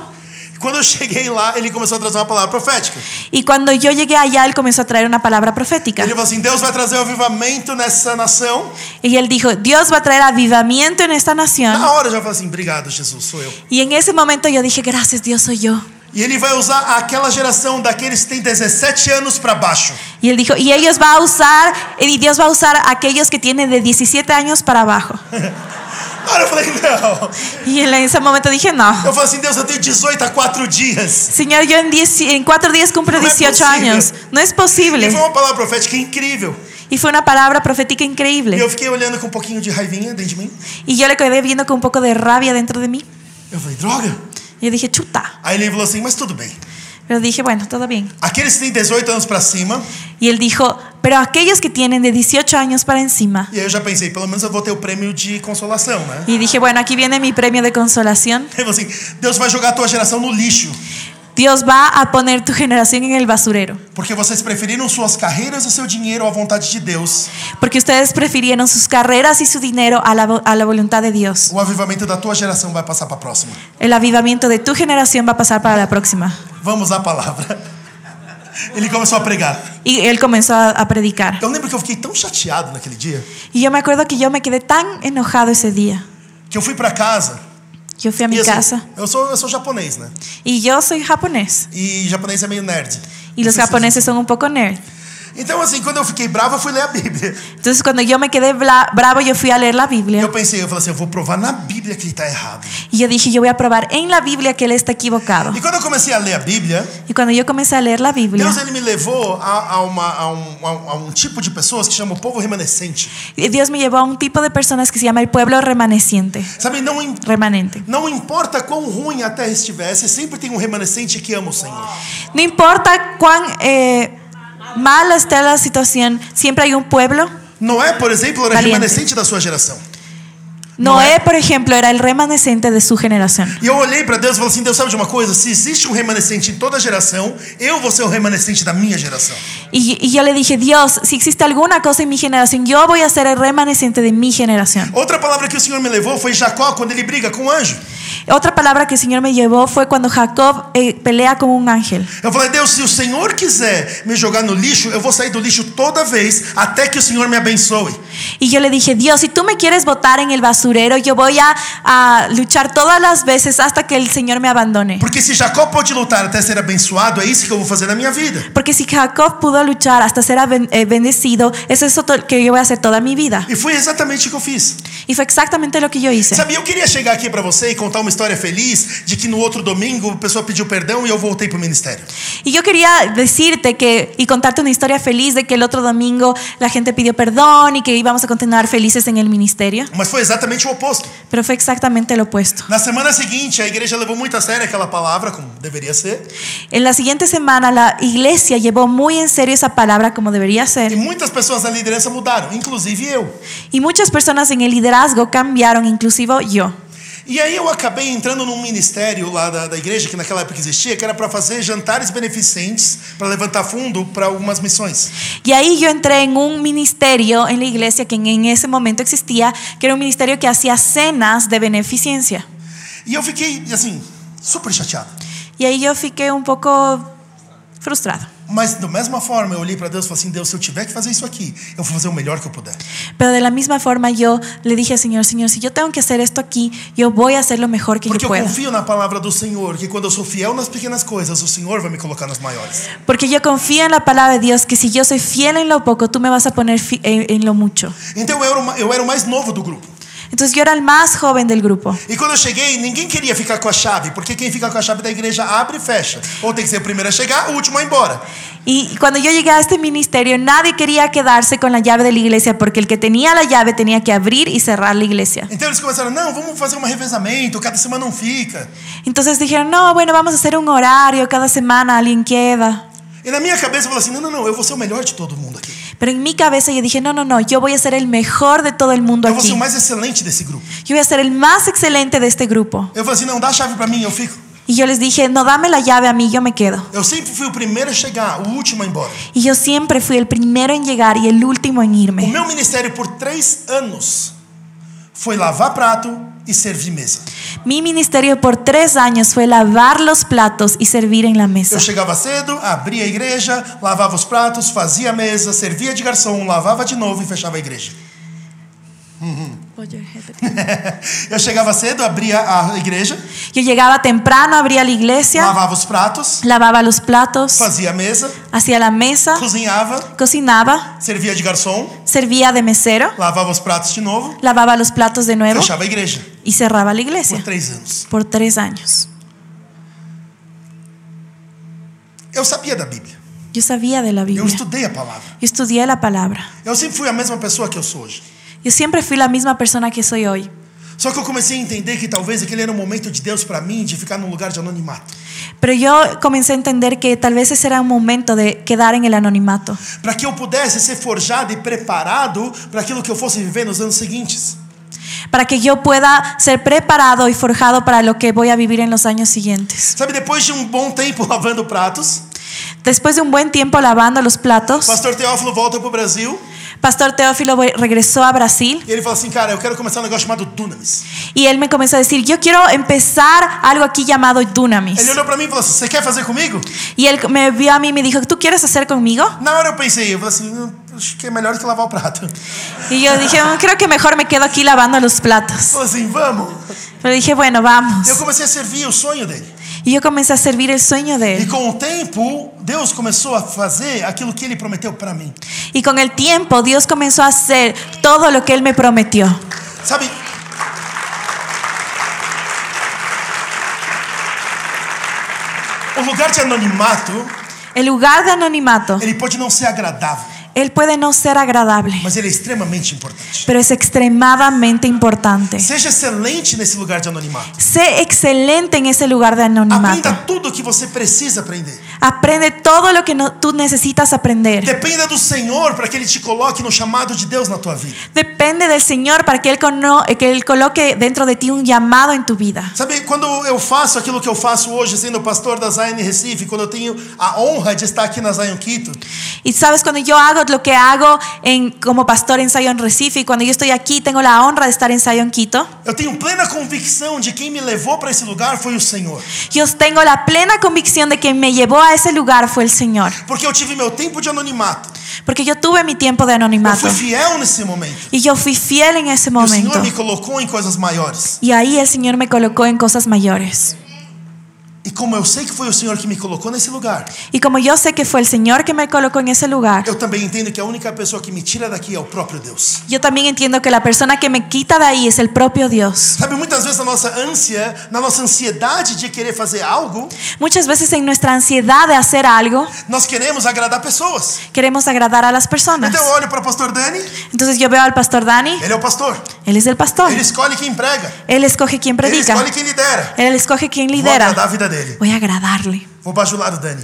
e quando eu cheguei lá, ele começou a trazer uma palavra profética. y cuando yo llegué allá, él comenzó a traer una palabra profética. Ele falou assim: Deus vai trazer o avivamento nessa nação. Y él dijo, Dios va a traer avivamiento en esta nación. Na hora eu já falei assim: obrigado, Jesus, sou eu. Y en ese momento yo dije, gracias Dios, soy yo. E ele vai usar aquela geração daqueles que têm 17 anos pra baixo. Y él dijo, y ellos va a usar, y Dios va a usar a aquellos que tienen de 17 años para abajo. Na hora eu falei: não. Y en ese momento dije, no. Eu falei assim: Deus, eu tenho 18 a 4 dias. Señor, yo en, dieci- en cuatro días cumplo No es 18 posible. años. No es E posible. foi uma palavra profética incrível. Y fue una palabra profética E increíble. eu fiquei olhando com um pouquinho de raivinha dentro de mim. Y yo le quedé viendo con un poco de rabia dentro de mí. Eu falei, droga. Yo dije, chuta. Aí ele falou assim, mas tudo bem. Pero dije, bueno, todo bien. Aqueles que têm 18 anos pra cima, Y él dijo, pero aquellos que tienen de 18 años para encima. e aí eu já pensei, pelo menos eu vou ter o prêmio de consolação, né? Y dije, bueno, aquí viene mi premio de consolación. Ele falou assim, Deus vai jogar a tua geração no lixo, Dios va a poner tu generación en el basurero. porque vocês preferiram suas carreiras e seu dinheiro à vontade de Deus, Porque ustedes prefirieron sus carreras y su dinero a la, vo- a la voluntad de Dios. o avivamento da tua geração vai passar pra próxima. El avivamiento de tu generación va a pasar para la próxima. Vamos à palavra. Ele começou a pregar. Y él comenzó a, a predicar. Eu lembro que eu fiquei tão chateado naquele dia Y yo me acuerdo que yo me quedé tan enojado ese día. que eu fui pra casa. Yo fui a e mi assim, casa Eu sou, eu sou japonês, né? y yo soy japonés. E japonês é meio nerd. Y los japoneses son un poco nerd. Então, assim, quando eu fiquei bravo, eu fui ler a Bíblia. Entonces cuando yo me quedé bla- bravo, yo fui a leer la E Biblia. eu pensei, eu falei assim, eu vou provar na Bíblia que ele tá errado. Y yo dije, yo voy a probar en la Biblia que él está equivocado. E quando eu comecei a ler a Bíblia, Y cuando yo comencé a leer la Biblia, Deus ele me levou a, a uma- a um, a um- a um tipo de pessoas que chama o povo remanescente. eh, Dios me llevó a un tipo de personas que se llama el pueblo remaneciente. Sabe, não, im- Remanente. não importa quão ruim a terra estivesse, sempre tem um remanescente que ama o Senhor. No importa cuán eh, mala esté la situación, siempre hay un pueblo. Noé, por exemplo, era Valiente. remanescente da sua geração. Noé, por ejemplo, era el remanescente de su generación. E eu olhei para Deus e falei assim: Deus sabe de uma coisa? Se existe um remanescente em toda geração, eu vou ser o remanescente da minha geração. Y, y yo le dije, Dios, si existe alguna cosa en mi generación, yo voy a ser el remanescente de mi generación. Outra palavra que o Senhor me levou foi Jacó, quando ele briga com o anjo. Otra palabra que el Señor me llevó fue cuando Jacob eh, pelea como un ángel. Eu falei: Deus, se o Senhor quiser me jogar no lixo, eu vou sair do lixo toda vez até que o Senhor me abençoe. Y yo le dije, Dios, si tú me quieres botar en el basurero, yo voy a, a luchar todas las veces hasta que el Señor me abandone. Porque se Jacó pode lutar até ser abençoado, é isso que eu vou fazer na minha vida. Porque si Jacob pudo luchar hasta ser aben- eh, bendecido, es eso to- que yo voy a hacer toda mi vida. E foi exatamente o que eu fiz. Y fue exactamente lo que yo hice. Sabe, eu queria chegar aqui pra você e contar uma história feliz de que no outro domingo a pessoa pediu perdão e eu voltei pro ministério. Y yo quería decirte que y contarte una historia feliz de que el otro domingo la gente pidió perdón y que íbamos a continuar felices en el ministerio, Mas foi exatamente o oposto. pero fue exactamente lo opuesto. Na semana seguinte, a igreja levou muito a sério aquela palavra, como deveria ser, En la siguiente semana la iglesia llevou muy en serio esa palabra como debería e ser muitas pessoas na liderança mudaram, inclusive eu. y muchas personas en el liderazgo cambiaron, inclusive yo. E aí eu acabei entrando num ministério lá da, da igreja, que naquela época existia, que era pra fazer jantares beneficentes pra levantar fundo pra algumas missões. Y ahí yo entré en un ministerio en la iglesia que en- en ese momento existía, que era un ministerio que hacía cenas de beneficencia. E eu fiquei, assim, super chateado. Y ahí yo fiqué un poco frustrado. Mas da mesma forma, eu olhei pra Deus e falei assim: Deus, se eu tiver que fazer isso aqui, eu vou fazer o melhor que eu puder. Pero de la misma forma yo le dije al Señor, Señor, si yo tengo que hacer esto aquí, yo voy a hacer lo mejor que Porque yo eu pueda. confio na palavra do Senhor, que quando eu sou fiel nas pequenas coisas, o Senhor vai me colocar nas maiores. Porque yo confío en la palabra de Dios, que si yo soy fiel en lo poco, tú me vas a poner fi- en, en lo mucho. Então eu era, o ma- eu era o mais novo do grupo. Entonces yo era el más joven del grupo. E quando eu cheguei, ninguém queria ficar com a chave, porque quem fica com a chave da igreja abre e fecha. Ou tem que ser o primeiro a chegar, o último a ir embora. Y cuando yo llegué a este ministerio, nadie quería quedarse con la llave de la iglesia, porque el que tenía la llave tenía que abrir y cerrar la iglesia. Então eles começaram: não, vamos fazer um revezamento, cada semana um fica. Entonces dijeron, no, bueno, vamos a hacer un horario, cada semana alguien queda. E na minha cabeça eu falei assim: não, não, não, eu vou ser o melhor de todo mundo aqui. Pero en mi cabeza yo dije, no, no, no, yo voy a ser el mejor de todo el mundo Eu vou ser aquí. o mais excelente desse grupo. Yo voy a ser el más excelente de este grupo. Eu falei assim: não, dá a chave pra mim, eu fico. Y yo les dije, no, dame la llave a mí, yo me quedo. Eu sempre fui o primeiro a chegar, o último a ir embora. Y yo siempre fui el primero en llegar y el último en O irme. meu ministério por três anos foi lavar prato e servir mesa. Mi ministerio por tres años fue lavar los platos y servir en la mesa. Eu chegava cedo, abria a igreja, lavava os pratos, fazia a mesa, servia de garçom, lavava de novo e fechava a igreja. Eu chegava cedo, abria a igreja, Yo llegaba temprano, abría la iglesia, lavava os pratos, lavaba los platos, fazia a mesa, hacía la mesa, pues, cozinhava, cocinaba, servia de garçom, servía de mesero, lavava os pratos de novo, lavaba los platos de nuevo fechava a igreja. y cerraba la Por iglesia três anos. por tres años. Eu sabia da Bíblia. Yo Yo sabía de la Eu Biblia. Yo estudei a palavra. estudié la palabra. Eu sempre fui a mesma pessoa que eu sou hoje. Yo siempre fui la misma persona que soy hoy. Só que eu comecei a entender que talvez aquele era o momento de Deus para mim de ficar num lugar de anonimato. Pero yo comencé a entender que tal vez ese era un momento de quedar en el anonimato. Para que eu pudesse ser forjado e preparado para aquilo que eu fosse viver nos anos seguintes. Para que yo pueda ser preparado y forjado para lo que voy a vivir en los años siguientes. Sabe, depois de um bom tempo lavando pratos, Después de un buen tiempo lavando los platos, pastor Teófilo volta pro Brasil Pastor Teófilo voy- regresó a Brasil e ele fala assim: Cara, eu quero começar um negócio chamado Dunamis. y él me comenzó a decir, yo quiero empezar algo aquí llamado Ele Dunamis. olhou para mí e falou assim: Você quer fazer comigo? Y él me vio a mí y me dijo, ¿tú quieres hacer conmigo? Na hora eu pensei, eu falei assim: "Hum, Acho que é melhor que lavar o prato. Eu Y yo dije, "Mm, creo que mejor me quedo aquí lavando los platos. falei assim: Vamos. Pero dije, E bueno, eu vamos. comecei a servir o sonho dele. Y yo comencé a servir el sueño de E él. com o tempo, Deus começou a fazer aquilo que ele prometeu para mí. Y con el tiempo Dios comenzó a hacer todo lo que él me prometió. Sabe? O lugar de anonimato, El lugar de anonimato, ele pode não ser agradável, él puede no ser agradable, mas ele é extremamente importante. pero es extremadamente importante. Seja excelente nesse lugar de anonimato. Sé excelente en ese lugar de anonimato. Aprenda tudo o que você precisa aprender. Aprende todo lo que no- tú necesitas aprender. Dependa do Senhor para que ele te coloque no chamado de Deus na tua vida. Depende del Señor para que él, cono- que él coloque dentro de ti un llamado en tu vida. Sabe, quando eu faço aquilo que eu faço hoje, sendo pastor da Zion Recife, quando eu tenho a honra de estar aqui na Zion Quito, Y sabes, cuando yo hago lo que hago en, como pastor en Zion Recife, y cuando yo estoy aquí, tengo la honra de estar en Zion Quito, eu tenho plena convicção de quem me levou para esse lugar foi o Senhor. yo tengo la plena convicción de que me llevó a ese lugar fue el Señor. Porque eu tive meu tempo de anonimato. Porque yo tuve mi tiempo de Eu anonimato. fui fiel nesse momento. Y yo fui fiel en ese E o Senhor momento. me colocou em coisas maiores. Y ahí el Señor me colocó en cosas mayores. E como eu sei que foi o Senhor que me colocou nesse lugar, Y como yo sé que fue el Señor que me colocó en ese lugar, eu também entendo que é a única pessoa que me tira daqui é o próprio Deus. yo también entiendo que la persona que me quita de ahí es el propio Dios. Sabe, muitas vezes na nossa ânsia, na nossa ansiedade de querer fazer algo, Muchas veces en nuestra ansiedad de hacer algo, nós queremos agradar pessoas. queremos agradar a las personas. Então eu olho para o pastor Dani, Entonces yo veo al pastor Dani, ele é o pastor. él es el pastor. Ele escolhe quem prega, Él escoge quién ele predica, escolhe quem lidera. él escoge quién Vou agradar a lidera. vida dele. Voy a agradarle. Vou bajular o Dani.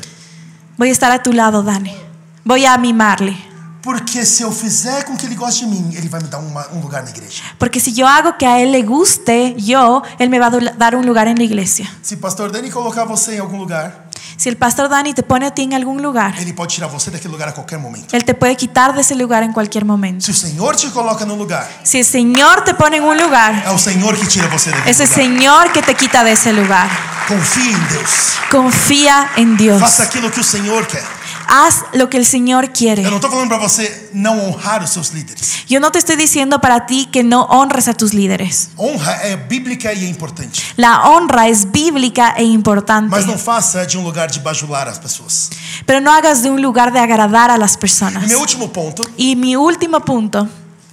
Voy a estar a tu lado, Dani. Voy a mimarle. Porque se eu fizer com que ele goste de mim, ele vai me dar uma- um lugar na igreja. Porque si yo hago que a él le guste, yo, él me va a du- dar un lugar en la iglesia. Se o pastor Dani colocar você em algum lugar, Si el pastor Dani te pone a ti en algún lugar, ele pode tirar você daquele lugar a qualquer momento. él te puede quitar de ese lugar en cualquier momento. Se o Senhor te coloca no lugar, Si el Señor te pone en un lugar, é o Senhor que tira você daquele es el lugar. Señor que te quita de ese lugar. Confie em Deus. Confía en Dios. Faça aquilo que o Senhor quer. Haz lo que el Señor Eu quiere. não tô falando para você não honrar os seus líderes. Yo no te estoy diciendo para ti que no honres a tus líderes. Honra é bíblica e é importante. La honra es bíblica e importante, Mas não faça de um lugar de bajular as pessoas. pero no hagas de un lugar de agradar a las E personas. meu último ponto, Y mi último punto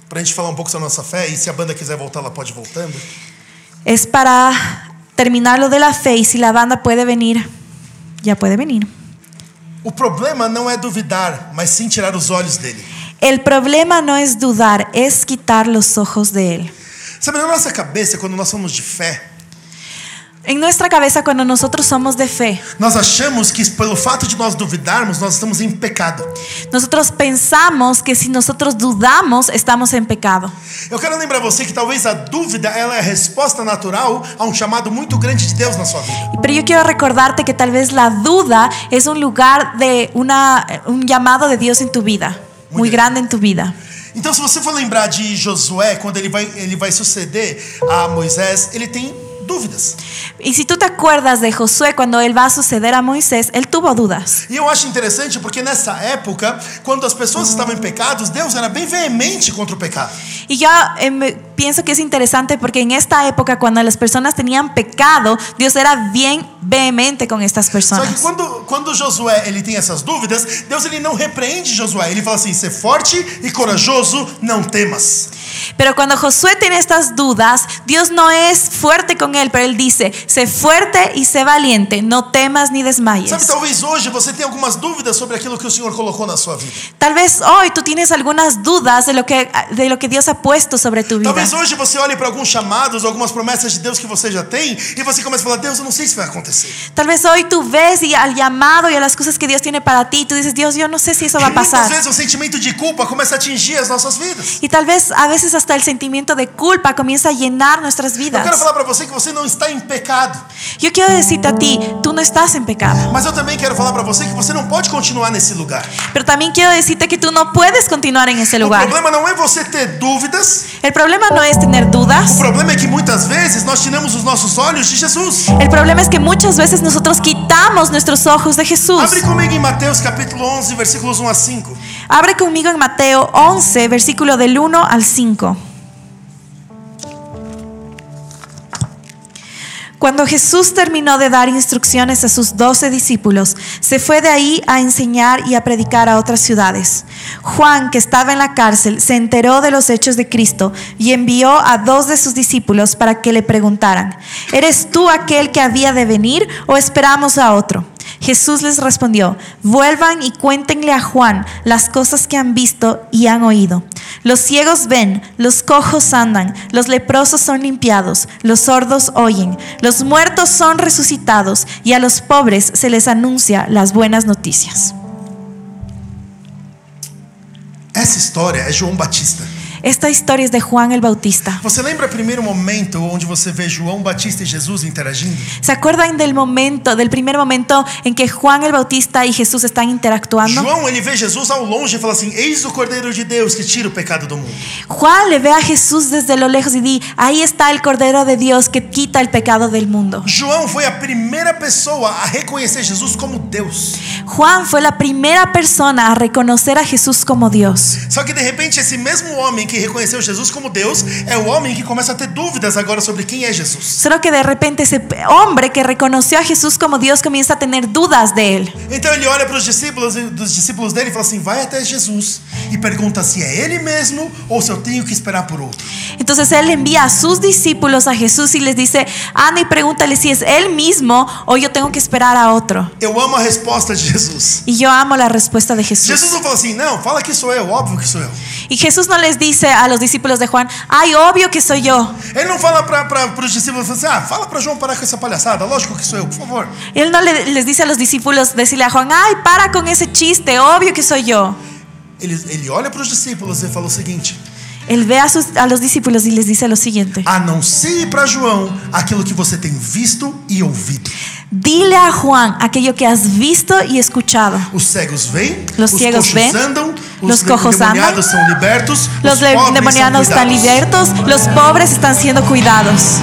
pra gente falar um pouco sobre a nossa fé, e se a banda quiser voltar, ela pode ir voltando. es para terminar lo de la fe y si la banda puede venir, ya puede venir. O problema não é duvidar, mas sim tirar os olhos dele. El problema no es dudar, es quitar los ojos de él. Sabe, na nossa cabeça, quando nós somos de fé, En nuestra cabeza cuando nosotros somos de fe, Nós achamos que pelo fato de nós duvidarmos, nós estamos em pecado. nosotros pensamos que si nosotros dudamos estamos en pecado. Eu quero lembrar você que talvez a dúvida ela é a resposta natural a um chamado muito grande de Deus na sua vida. Pero yo quiero recordarte que tal vez la duda es un lugar de una, un llamado de Dios en tu vida, Muy muy bien. grande en tu vida. Então, se você for lembrar de Josué, quando ele vai, ele vai suceder a Moisés, ele tem dúvidas. Y si tú te acuerdas de Josué cuando él va a suceder a Moisés, él tuvo dudas. E eu acho interessante porque nessa época, quando as pessoas estavam em pecados, Deus era bem veemente contra o pecado. Y yo eh, me- pienso que es interesante porque en esta época cuando las personas tenían pecado, Dios era bien vehemente con estas Só que personas. quando, quando Josué ele tem essas dúvidas, Deus ele não repreende Josué. Ele fala assim: ser forte e corajoso, não temas. Pero cuando Josué tiene estas dudas, Dios no es fuerte con él, pero él dice, sé fuerte y sé valiente, no temas ni desmayes. Sabe, talvez hoje você tenha algumas dúvidas sobre aquilo que o Senhor colocou na sua vida. Tal vez hoy tú tienes algunas dudas de lo que, de lo que Dios ha puesto sobre tu vida. Talvez hoje você olhe para alguns chamados, algumas promessas de Deus que você já tem e você começa a falar: Deus, eu não sei se vai acontecer. Tal vez hoy tú ves y al llamado y a las cosas que Dios tiene para ti, tú dices, Dios, yo no sé si eso va a Muitas pasar. vezes o sentimento de culpa começa a atingir as nossas vidas. Y tal vez a veces hasta el sentimiento de culpa comienza a llenar nuestras Eu quero vidas. falar para você que você não está em pecado, Yo quiero decirte a ti, tú no estás en pecado. mas eu também quero falar para você que você não pode continuar nesse lugar. Pero también quiero decirte que tú no puedes continuar en ese O lugar. problema não é você ter dúvidas, El problema no es tener o dudas. problema é que muitas vezes nós tiramos os nossos olhos de Jesus. El problema es que muchas veces nosotros quitamos nuestros ojos de Jesús. Abre comigo em Mateus capítulo 11, versículos 1 a 5. Abre conmigo en Mateo 11, versículo del 1 al 5. Cuando Jesús terminó de dar instrucciones a sus doce discípulos, se fue de ahí a enseñar y a predicar a otras ciudades. Juan, que estaba en la cárcel, se enteró de los hechos de Cristo y envió a dos de sus discípulos para que le preguntaran, ¿eres tú aquel que había de venir o esperamos a otro? Jesús les respondió, vuelvan y cuéntenle a Juan las cosas que han visto y han oído. Los ciegos ven, los cojos andan, los leprosos son limpiados, los sordos oyen, los muertos son resucitados y a los pobres se les anuncia las buenas noticias. Essa história é João Batista. Esta historia es de Juan el Bautista. Você lembra o primeiro momento onde você vê João Batista e Jesus interagindo? ¿Se acuerdan del momento, del primer momento en que Juan el Bautista y Jesús están interactuando? João, ele vê Jesus ao longe e fala assim: Eis o Cordeiro de Deus que tira o pecado do mundo. Juan le ve a Jesús desde lo lejos y di, ahí está el Cordero de Dios que quita el pecado del mundo. João foi a primeira pessoa a reconhecer Jesus como Deus. Juan fue la primera persona a reconocer a Jesús como Dios. Só que de repente, esse mesmo homem que reconheceu Jesus como Deus é o homem que começa a ter dúvidas agora sobre quem é Jesus. Solo que de repente ese hombre que reconoció a Jesús como Dios comienza a tener dudas de él. Então ele olha para os discípulos dos discípulos dele e fala assim: Vai até Jesus e pergunta se é ele mesmo ou se eu tenho que esperar por outro. Entonces él envía a sus discípulos a Jesús y les dice, anda y pregúntale si es él mismo o yo tengo que esperar a otro. Eu amo a resposta de Jesus. Y yo amo la respuesta de Jesús. Jesus não fala assim: Não, fala que sou eu, óbvio que sou eu. Y Jesús no les dice a los discípulos de Juan, ay, obvio que soy yo. Ele não fala para os discípulos fala assim: ah, fala para João parar com essa palhaçada, lógico que sou eu, por favor. Él no le- les dice a los discípulos, decirle a Juan, ay, para con ese chiste, obvio que soy yo. Ele, ele olha para os discípulos e fala o seguinte: Él ve a, sus- a los discípulos y les dice lo siguiente. anuncie para João aquilo que você tem visto e ouvido. Dile a Juan aquello que has visto y escuchado. Os cegos vêm, Los os ciegos coxos vêm, andam, los os cojos endemoniados são libertos, Los os pobres demonianos são están cuidados. libertos, los pobres están siendo cuidados.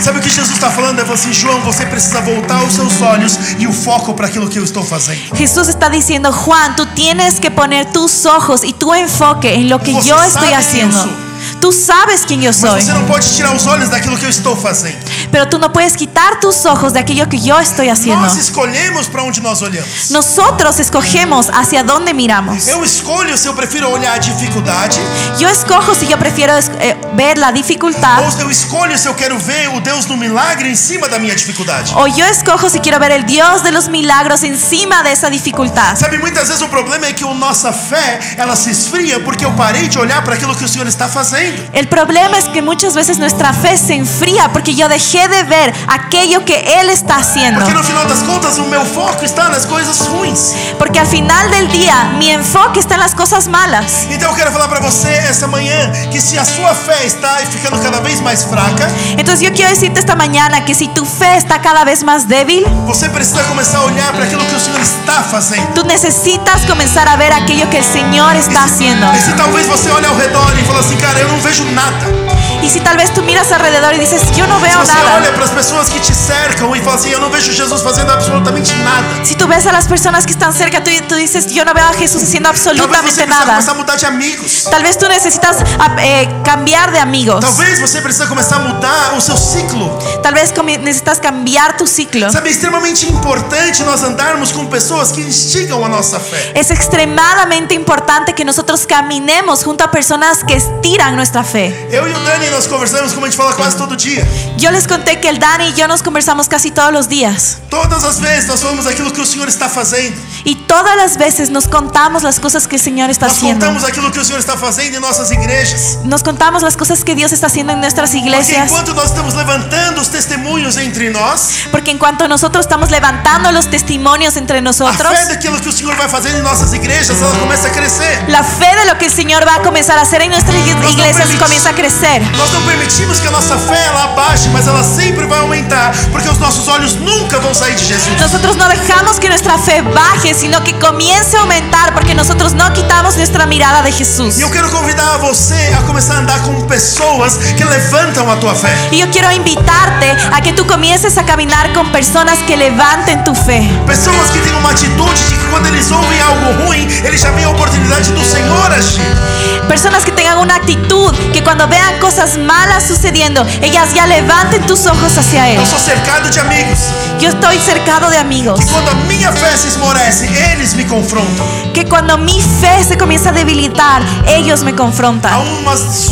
Sabe o que Jesus está falando? Ele fala assim: João, você precisa voltar os seus olhos e o foco para aquilo que eu estou fazendo. Jesús está diciendo, Juan, tú tienes que poner tus ojos y tu enfoque en lo que Você yo estoy Pues sabe Pues haciendo. quién Tú sabes quién yo soy, Mas você não pode tirar os olhos daquilo que eu estou fazendo. pero tú no puedes quitar tus ojos de aquello que yo estoy haciendo. Nós escolhemos para onde nós olhamos. Nosotros escogemos hacia dónde miramos. Eu escolho se eu prefiro olhar a dificuldade Yo escojo si yo prefiero es- eh, ver la dificultad ou eu escolho se eu quero ver o Deus no milagre em cima da minha dificuldade. o yo escojo si quiero ver el Dios de los milagros encima de esa dificultad. Sabe, muitas vezes o problema é que a nossa fé, ela se esfria porque eu parei de olhar para aquilo que o Senhor está fazendo. El problema es que muchas veces nuestra fe se enfría porque yo dejé de ver aquello que Él está haciendo. Porque no final das contas o meu foco está nas coisas ruins. Porque al final del día mi enfoque está en las cosas malas. Então eu quero falar para você essa manhã que se a sua fé está ficando cada vez mais fraca, Entonces yo quiero decirte esta mañana que si tu fe está cada vez más débil, você precisa começar a olhar para aquilo que o Senhor está fazendo. tú necesitas comenzar a ver aquilo que el Señor está haciendo. E se talvez você olhe ao redor e fala assim, cara, eu não vejo nada. Y si tal vez tú miras alrededor y dices, yo no Se veo você Tipo assim, olha nada. para as pessoas que te cercam e fala assim: Eu não vejo Jesus fazendo absolutamente nada. Si tú ves a las personas que están cerca, tú, tú dices, yo no veo a Jesús haciendo Talvez você absolutamente precisa nada. começar a mudar de amigos. Tal vez tú necesitas ah, eh, cambiar de amigos. Talvez você precisa começar a mudar o seu ciclo. Tal vez comi- necesitas cambiar tu ciclo. Sabe, é extremamente importante nós andarmos com pessoas que instigam a nossa fé. Es extremadamente importante que nosotros caminemos junto a personas que estiran nuestra fe. Eu e o Dani, nós conversamos como a gente fala quase todo dia. Yo les conté que el Dani y yo nos conversamos casi todos los días. Todas as vezes nós falamos aquilo que o Senhor está fazendo. Y todas las veces nos contamos las cosas que el Señor está Nós haciendo. contamos aquilo que o Senhor está fazendo em nossas igrejas. Nos contamos las cosas que Dios está haciendo en nuestras Porque iglesias. enquanto nós estamos levantando os testemunhos entre nós, Porque en cuanto nosotros estamos levantando los testimonios entre a nosotros, fé daquilo que o Senhor vai fazendo em nossas igrejas, ela começa a crescer. la fe de lo que el Señor va a comenzar a hacer en nuestras ig- Nos iglesias permites- comienza a crecer. Nós não permitimos que a nossa fé ela abaixe, mas ela sempre vai aumentar, porque os nossos olhos nunca vão sair de Jesus. Nosotros no dejamos que nuestra fe baje, sino que comience a aumentar, porque nosotros no quitamos nuestra mirada de Jesús. E eu quero convidar você a começar a andar com pessoas que levantam a tua fé. Y yo quiero invitarte a que tú comiences a caminar con personas que levanten tu fe. Pessoas que têm uma atitude de que quando eles ouvem algo ruim, eles já veem a oportunidade do Senhor agir. Personas que tengan una actitud que cuando vean cosas malas sucediendo, ellas ya levanten tus ojos hacia Él. Eu sou cercado de amigos. Yo estoy cercado de amigos E quando a minha fé se esmorece, eles me confrontam. que cuando mi fe se comienza a debilitar, ellos me Há confrontan. umas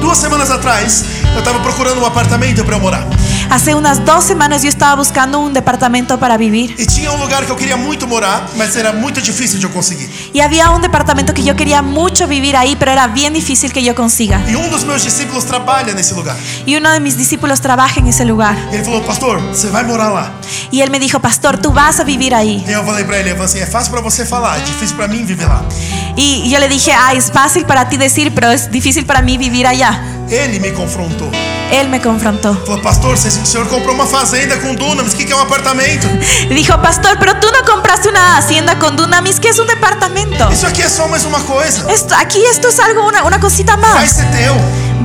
duas semanas atrás, eu tava procurando um apartamento para eu morar. Hace unas dos semanas yo estaba buscando un departamento para vivir E tinha um lugar que eu queria muito morar, mas era muito difícil de eu conseguir. y había un departamento que yo queria mucho vivir ahí, pero era bien difícil que yo consiga. E um dos meus discípulos trabalha nesse lugar. Y uno de mis discípulos trabaja en ese lugar E Ele falou, pastor, você vai morar lá. y él me dijo, pastor, tú vas a vivir ahí. E eu falei pra ele, eu falei assim, é fácil pra você falar, é difícil pra mim viver lá. Y yo le dije, ah, es fácil para ti decir, pero es difícil para mí vivir allá. Ele me confrontou. Él me confrontó. Falou, pastor, você- o senhor comprou uma fazenda com dunamis, o que, que é um apartamento? Y dijo, pastor, pero tú no compraste una hacienda con Dunamis, que es un departamento. Isso aqui é só mais uma coisa. Esto, aquí esto es algo, una, una cosita más. Vai ser teu.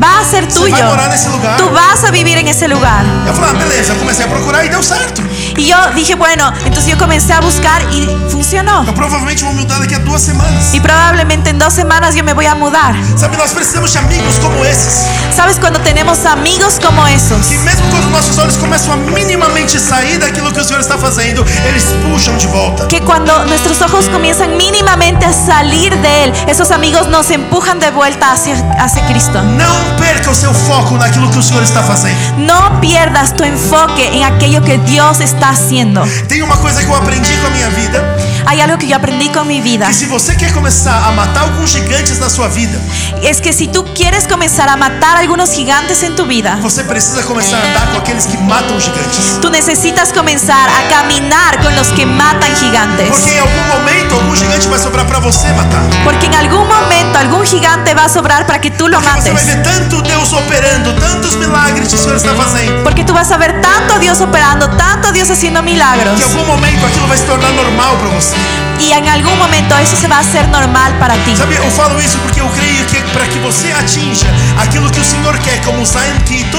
va a ser tuyo. vai morar nesse lugar. Tú vas a vivir en ese lugar. Eu falei, ah, beleza, eu comecei a procurar e deu certo. Y yo dije, bueno, entonces yo comencé a buscar y funcionó. Eu provavelmente vou mudar daqui a duas semanas. Y probablemente en dos semanas yo me voy a mudar. Sabe, nós precisamos de amigos como esses. ¿Sabes? Cuando tenemos amigos como esos, Que mesmo quando nossos olhos começam a minimamente sair daquilo que o Senhor está fazendo, eles puxam de volta. que cuando nuestros ojos comienzan mínimamente a salir de Él, esos amigos nos empujan de vuelta hacia, hacia Cristo. Não perca o seu foco naquilo que o Senhor está fazendo. No pierdas tu enfoque en aquello que Dios está haciendo. Tem uma coisa que eu aprendi com a minha vida, Hay algo que yo aprendí con mi vida. que se você quer começar a matar alguns gigantes na sua vida, Es que si tú quieres comenzar a matar algunos gigantes en tu vida, você precisa começar a andar com aqueles que matam os gigantes. Tú necesitas comenzar a caminar con los que matan Porque gigantes. em algum momento algum gigante vai sobrar pra você matar. Porque en algún momento algún gigante va a sobrar para que tú lo Porque você vai mates. ver tanto Deus operando, tantos milagres que o Senhor está fazendo. Porque tú vas a ver tanto a Dios operando, tanto a Dios haciendo milagros. Que em algum momento aquilo vai se tornar normal pra você. Y en algún momento eso se va a hacer normal para ti. Sabe, eu falo isso porque eu creio que para que você atinja aquilo que o Senhor quer, como Zion Quito,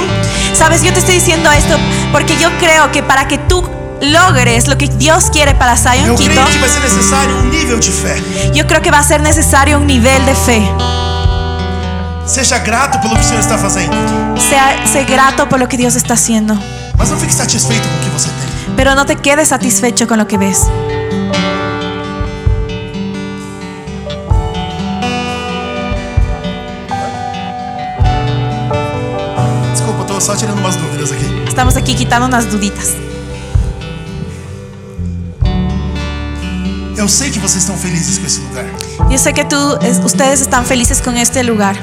Sabes, yo te estoy diciendo esto porque yo creo que para que tú logres lo que Dios quiere para Zion eu Quito, creio que vai ser necessário um nível de fé. yo creo que va a ser necesario un nivel de fe. Seja grato pelo que o Senhor está fazendo, Sea, sé grato por lo que Dios está haciendo, mas não fique satisfeito com o que você tem. pero no te quedes satisfecho con lo que ves. Desculpa, eu tô só tirando umas dúvidas aqui. Estamos aquí quitando unas duditas. Eu sei que vocês estão felizes com esse lugar. Yo sé que tú, es- ustedes están felices con este lugar.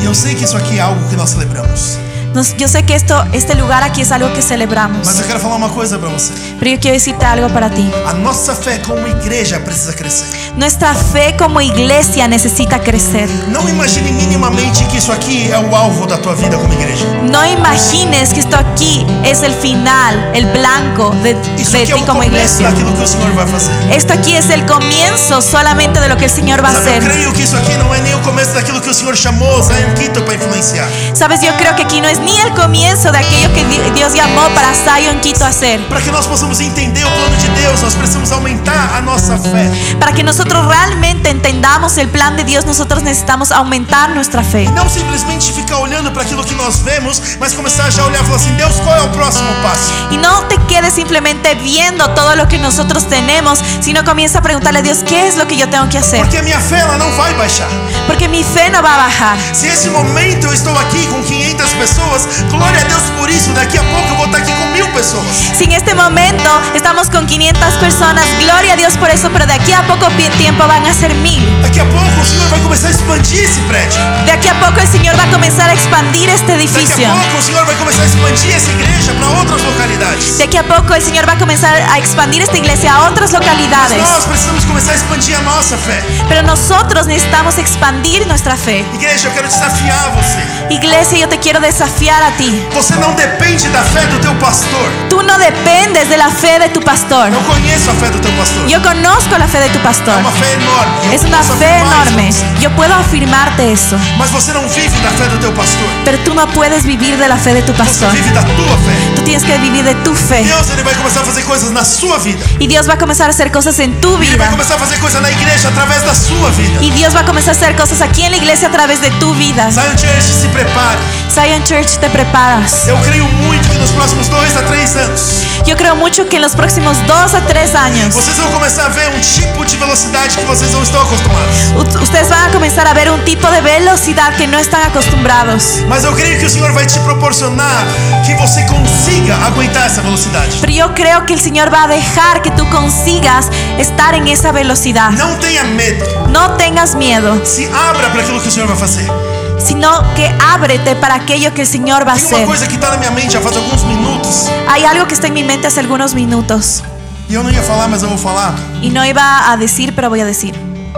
E eu sei que isso aqui é algo que nós celebramos. Nos- yo sé que esto, este lugar aquí es algo que celebramos, Mas eu quero falar uma coisa para você. pero yo quiero decirte algo para ti. A nossa fé como igreja precisa crescer. Nuestra fe como iglesia necesita crecer. Não imagine minimamente que isso aqui é o alvo da tua vida como igreja. No imagines que esto aquí es el final, el blanco de, Isso de aqui é ti o como começo iglesia. daquilo que o Senhor vai fazer. Esto aquí es el comienzo solamente de lo que el Señor va a Sabe, eu hacer. creio que isso aqui não é nem o começo daquilo que o Senhor chamou Zion Quito para influenciar. Sabes, yo creo que aquí no es ni el comienzo de aquello que Di- Dios llamó para Zion Quito a hacer. Para que nós possamos entender o plano de Deus, nós precisamos aumentar a nossa fé. Para que nosotros realmente entendamos el plan de Dios, nosotros necesitamos aumentar nuestra fe. Não simplesmente ficar olhando para aquilo que nós vemos, mas começar já a olhar e falar assim: Deus, qual é o próximo passo? Y no te quedes simplemente viendo todo lo que nosotros tenemos, sino comienza a preguntarle a Dios, ¿qué es lo que yo tengo que hacer? Porque a minha fé ela não vai baixar. Porque mi fe no va a bajar. Se esse momento eu estou aqui com 500 pessoas, glória a Deus por isso, daqui a pouco eu vou estar aqui com mil pessoas. Si en este momento estamos con 500 personas, gloria a Dios por eso, pero de aquí a poco pi- tiempo van a ser mil. Daqui a pouco o Senhor vai começar a expandir esse prédio. De aquí a poco el Señor va a comenzar a expandir este Daqui edificio. a pouco o Senhor vai começar a expandir essa igreja para outras localidades. De aquí a poco el Señor va a comenzar a expandir esta iglesia a otras localidades. Nós precisamos começar a expandir a nossa fé. Pero nosotros necesitamos expandir nuestra fe. Igreja, eu quero desafiar você. Iglesia, yo te quiero desafiar a ti. Você não depende da fé do teu pastor. Tú no dependes de la fe de tu pastor. Eu conheço a fé do teu pastor. Yo conozco la fe de tu É pastor. uma fé enorme. Eu Es una posso fe afirmar é enorme. isso. Yo puedo afirmarte eso. Mas você não vive da fé do teu pastor. Pero tú no puedes vivir de la fe de tu Você pastor. É. vive da tua fé. Tú tienes que vivir de tu fe. Deus ele vai começar a fazer coisas na sua vida. Y Dios va a comenzar a hacer cosas en tu Ele vai vida. começar a fazer coisa na igreja através da sua vida. Y Dios va a comenzar a hacer cosas aquí en la iglesia a través de tu vida. Zion Church, se prepare. Zion Church, te preparas. Eu creio muito que nos próximos dois a três anos Yo creo mucho que en los próximos dos a tres años vocês vão começar a ver um tipo de velocidade que vocês não estão acostumados. ut- ustedes van a comenzar a ver un tipo de velocidad que no están acostumbrados. Mas eu creio que o Senhor vai te proporcionar que você consiga aguentar essa velocidade. Pero yo creo que el Señor va a dejar que tú consigas estar en esa velocidad. Não tenha medo. No tengas miedo, Se abra para aquilo que o Senhor vai fazer. sino que ábrete para aquello que el Señor va a Tem uma hacer. coisa que está na minha mente já faz alguns minutos Hay algo que está en mi mente hace algunos minutos e eu não ia falar, mas eu vou falar. y no iba a decir, pero voy a decir.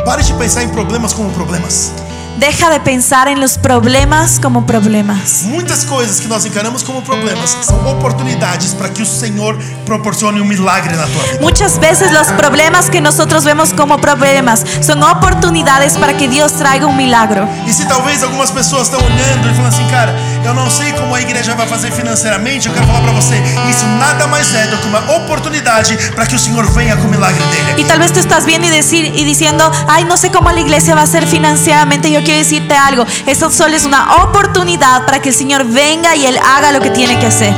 Pare de pensar em problemas como problemas. Deja de pensar en los problemas como problemas. Muitas coisas que nós encaramos como problemas são oportunidades para que o Senhor proporcione um milagre na tua vida. Muchas veces los problemas que nosotros vemos como problemas son oportunidades para que Dios traiga un milagro. E se talvez algumas pessoas estão olhando e falando assim, cara, eu não sei como a igreja vai fazer financeiramente, eu quero falar para você, isso nada mais é do que uma oportunidade para que o Senhor venha com o milagre Y dele. tal vez tú estás viendo y, decir, y diciendo, ay, no sé cómo la iglesia va a ser financieramente. Yo quiero decirte algo. Eso solo es una oportunidad para que el Señor venga y Él haga lo que tiene que hacer.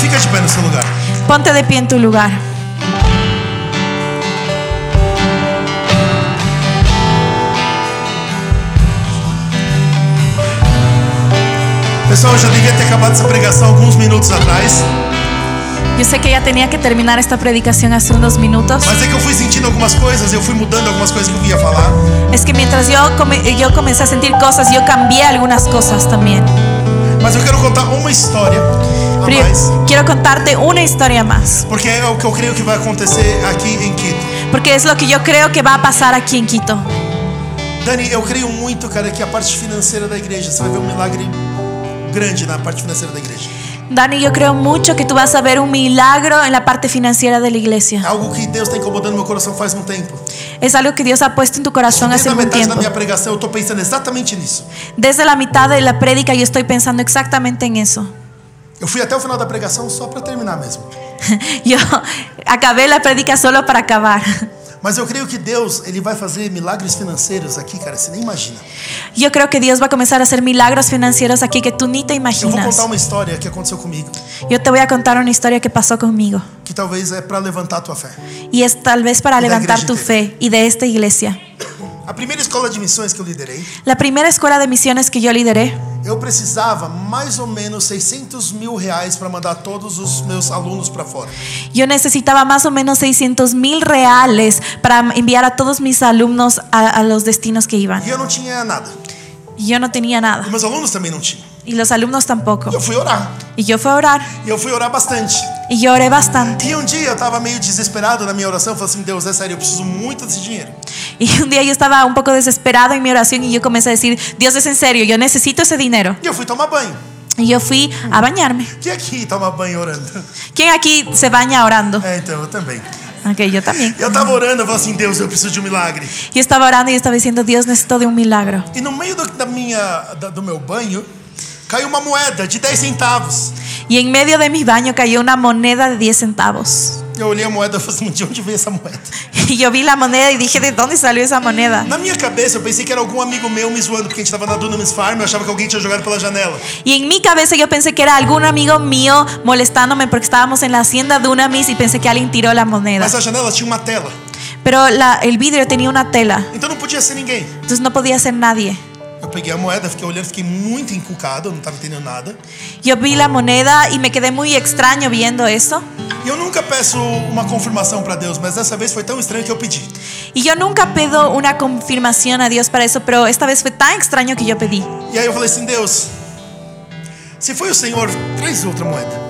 Fica de pé no seu lugar. Ponte de pie en tu lugar. Pessoal, eu já devia ter acabado essa pregação alguns minutos atrás, Yo sé que ya tenía que terminar esta predicación hace unos minutos. mas é que eu fui sentindo algumas coisas, eu fui mudando algumas coisas que eu ia falar. Es que mientras yo, come- yo comencé a sentir cosas, yo cambié algunas cosas también. Mas eu quero contar uma história a Pero yo mais, quiero contarte una historia más, porque é o que eu creio que vai acontecer aqui em Quito. porque es lo que yo creo que va a pasar aquí en Quito. Dani, eu creio muito, cara, que a parte financeira da igreja, você vai ver um milagre grande na parte financeira da igreja. Dani, yo creo mucho que tú vas a ver un milagro en la parte financiera de la É iglesia. algo que Deus está incomodando meu coração faz um tempo. Es algo que Dios ha puesto en tu corazón Desde hace a un metade da tiempo. minha pregação, eu estou pensando exatamente nisso. Desde la mitad de la prédica yo estoy pensando exactamente en eso. Eu fui até o final da pregação só para terminar mesmo. Yo acabé la prédica solo para acabar. Mas eu creio que Deus, ele vai fazer milagres financeiros aqui, cara, você nem imagina. Yo creo que Dios va a comenzar a hacer milagros financieros aquí que tú ni te Eu vou contar imaginas. uma história que aconteceu comigo, Yo te voy a contar una historia que pasó conmigo que talvez é para levantar a tua fé. y es tal vez para Y la levantar iglesia tu entera. fe y de esta iglesia. A primeira escola de missões que eu liderei, La primera escuela de misiones que yo lideré, eu precisava mais ou menos 600 mil reais para mandar todos os meus alunos para fora. yo necesitaba más o menos 600 mil reales para enviar a todos mis alumnos a, a los destinos que iban. E eu não tinha nada. Y Yo no tenía E nada meus alunos também não tinham. y los alumnos tampoco. E eu fui orar. Y yo fui a orar E eu fui orar bastante. y yo oré bastante. E um dia eu tava meio desesperado na minha oração. Eu falei assim: Deus, é sério, eu preciso muito desse dinheiro. Y un día yo estaba un poco desesperado en mi oración y yo comencé a decir, Dios es en serio, yo necesito ese dinero. E eu fui tomar banho. Y yo fui a bañarme. Quem aqui toma banho orando? ¿Quién aquí se baña orando? É, então, eu também. Ok, yo también. Eu tava orando, eu falei assim: Deus, eu preciso de um milagre. Yo estaba orando y estaba diciendo, Dios necesito de un milagro. E no meio do, da minha, da- do meu banho, caiu uma moeda de 10 centavos. Y en medio de mi baño cayó una moneda de 10 centavos. Eu olhei a moeda e falei assim: de onde veio essa moeda? Y yo vi la moneda y dije, ¿de dónde salió esa moneda? Na minha cabeça, eu pensei que era algum amigo meu me zoando, porque a gente tava na Dunamis Farm, eu achava que alguém tinha jogado pela janela. Y en mi cabeza yo pensé que era algún amigo mío molestándome porque estábamos en la hacienda Dunamis y pensé que alguien tiró la moneda. Mas a janela tinha uma tela, Pero la- el vidrio tenía una tela, então não podia ser ninguém. entonces no podía ser nadie. Eu peguei a moeda, fiquei olhando, fiquei muito encucado, eu não tava entendendo nada. Yo vi la moneda y me quedé muy extraño viendo eso. E eu nunca peço uma confirmación para Deus, mas dessa vez foi tão estranho que eu pedi. Y yo nunca pido una confirmación a Dios para eso, pero esta vez fue tan extraño que yo pedí. E aí eu falei assim: Deus, se foi o Senhor, traz outra moeda.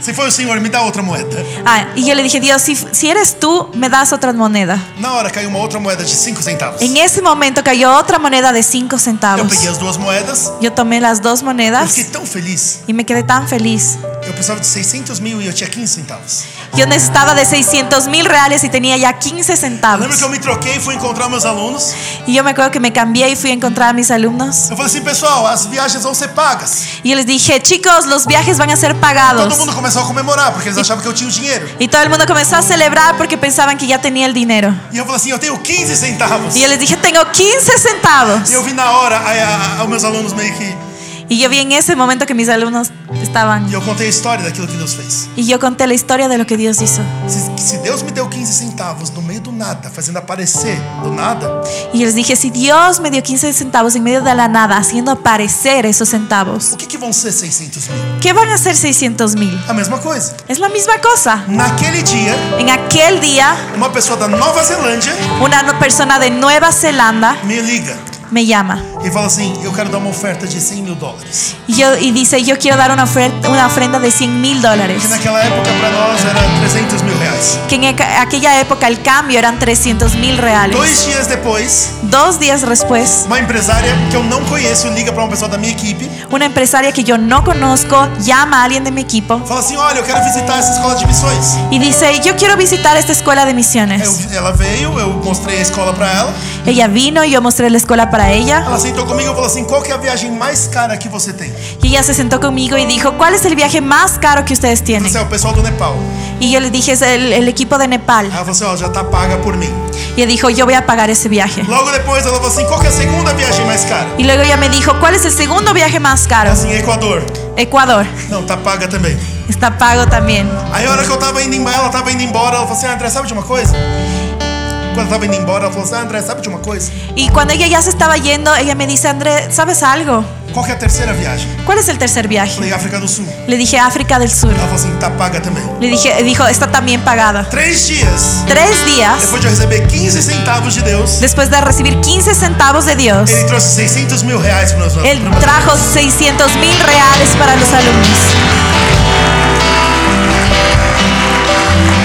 Se foi o Senhor, me dá outra moeda. Ah, y yo le dije, Dios, si, si eres tú, me das otra moneda. Na hora caiu uma outra moeda de 5 centavos. En ese momento cayó otra moneda de 5 Eu centavos. peguei as duas moedas, Yo tomé las dos eu monedas fiquei tão feliz. y me quedé tan feliz. Eu precisava de 600 mil e eu tinha 15 centavos. Yo necesitaba de 600 mil reales y tenía ya 15 Eu lembro que eu centavos. me troquei e fui encontrar meus alunos. Y yo me acuerdo que me cambié y fui a encontrar a mis alumnos. Eu falei assim, pessoal, as viagens vão ser pagas. Y yo les dije, chicos, los viajes van a ser pagados. Todo mundo começou a comemorar, porque eles achavam que eu tinha o dinheiro. Y todo el mundo comenzó a celebrar porque pensaban que ya tenía el dinero. E eu falei assim, eu tenho 15 centavos. Y yo les dije, tengo 15 centavos. E eu vi na hora aí, a- a- os meus alunos meio que. Y yo vi en ese momento que mis alumnos E estaban. eu contei a história daquilo que Deus fez. Y yo conté la historia de lo que Dios hizo. Se, se Deus me deu 15 centavos no meio do nada, fazendo aparecer do nada, Y yo les dije, si Dios me dio 15 centavos en medio de la nada, haciendo aparecer esos o centavos, que, que vão ser 600 mil? ¿qué van a hacer 600 mil? A mesma coisa. Es la misma cosa. Naquele dia, En aquel día, uma pessoa da Nova Zelândia una no- persona de Nueva Zelanda me liga me llama e fala assim: eu quero dar uma oferta de 100 mil dólares. y, yo, y dice, yo quiero dar una, oferta, una ofrenda de 100 mil dólares. Que naquela época para nós era 300 mil reais. Que en eca- aquella época el cambio eran 300 mil reales. Dois dias depois, Dos días después, uma empresária que eu não conheço liga para uma pessoa da minha equipe, una empresaria que yo no conozco llama a alguien de mi equipo fala assim: "Olha, eu quero visitar essa escola de missões". y dice, yo quiero visitar esta escuela de misiones. Eu- ela veio, eu mostrei a escola para ela. Ella vino y yo mostré la escuela para ella. Ela sentou comigo e falou assim: "Qual que é a viagem mais cara que você tem?". Eu Y ella se sentó conmigo y dijo, ¿cuál es el viaje más caro que ustedes falei tienen? assim, "Ah, o pessoal do Nepal. Y yo le dije, es el, el equipo de Nepal. Ela falou assim: "Ó, já tá paga por mim". Y ella dijo, yo voy a pagar ese viaje. Logo depois ela falou assim: "Qual que é a segunda viagem mais cara?". Y luego ella me dijo, ¿cuál es el segundo viaje más caro? Ela assim: "Equador". Ecuador. Não, tá paga também. Está pago también. Aí a hora que eu tava indo embora, ela tava indo embora, ela falou assim: ah, "André, sabe de uma coisa?". Quando eu tava indo embora, ela falou assim: ah, "André, sabe de uma coisa? Y cuando ella ya se estaba yendo, ella me dice, André, ¿sabes algo? Qual que é a terceira viagem?". ¿Cuál es el tercer Eu viaje? falei: "África do Sul". Le dije, África del Sur. Ela falou assim, tá paga também. Le dije, dijo, está también pagada. Três dias Tres días depois de eu receber 15 centavos de Deus, después de recibir 15 centavos de Dios, ele trouxe 600 mil reais para nós. él trajo 600 mil reales para los alumnos.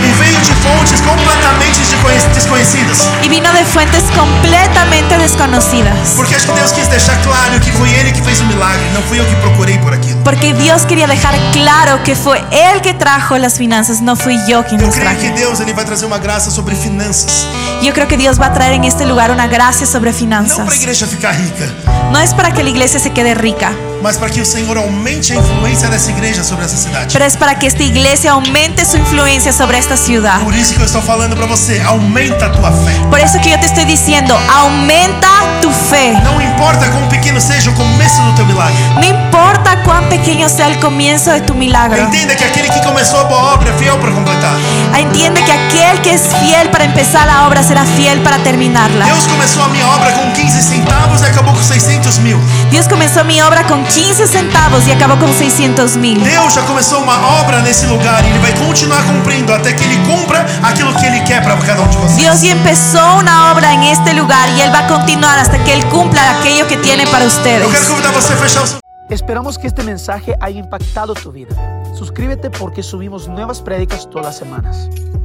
E Um veio de fontes completamente desconhe- desconhecidas. Y vino de fuentes completamente desconocidas. Porque acho que Deus quis deixar claro que foi ele que fez o milagre, não fui eu que procurei por aquilo. Porque Dios quería dejar claro que fue Él que trajo las finanzas, no fui yo quien Eu las creio que traje. Deus ele vai trazer uma graça sobre finanças. Yo creo que Dios va a traer en este lugar una gracia sobre Não para a finanzas. igreja ficar rica, No es para que la iglesia se quede rica, mas para que o Senhor aumente a influência dessa igreja sobre essa cidade. pero es para que esta iglesia aumente su influencia sobre esta ciudad. Por isso que eu estou falando para você, aumenta a tua fé. Por eso que yo te estoy diciendo, aumenta tu fe. Não importa quão pequeno seja o começo do teu milagre. No importa cuán pequeño sea el comienzo de tu milagro. Entenda que aquele que começou a boa obra é fiel para completar. Ah, Entiende que aquel que es fiel para empezar la obra será fiel para terminarla. Deus começou a minha obra com 15 centavos e acabou com 600 mil. Dios comenzó mi obra con 15 centavos y acabó con 600 mil. Deus já começou uma obra nesse lugar e Ele vai continuar cumprindo até que Ele cumpra aquilo que Ele quer para cada um de vocês. Dios ya empezó una obra en este lugar y Él va a continuar hasta que Él cumpla aquello que tiene para Eu quero ustedes. convidar você a fechar o seu. Esperamos que este mensaje haya impactado tu vida. Suscríbete porque subimos nuevas prédicas todas las semanas.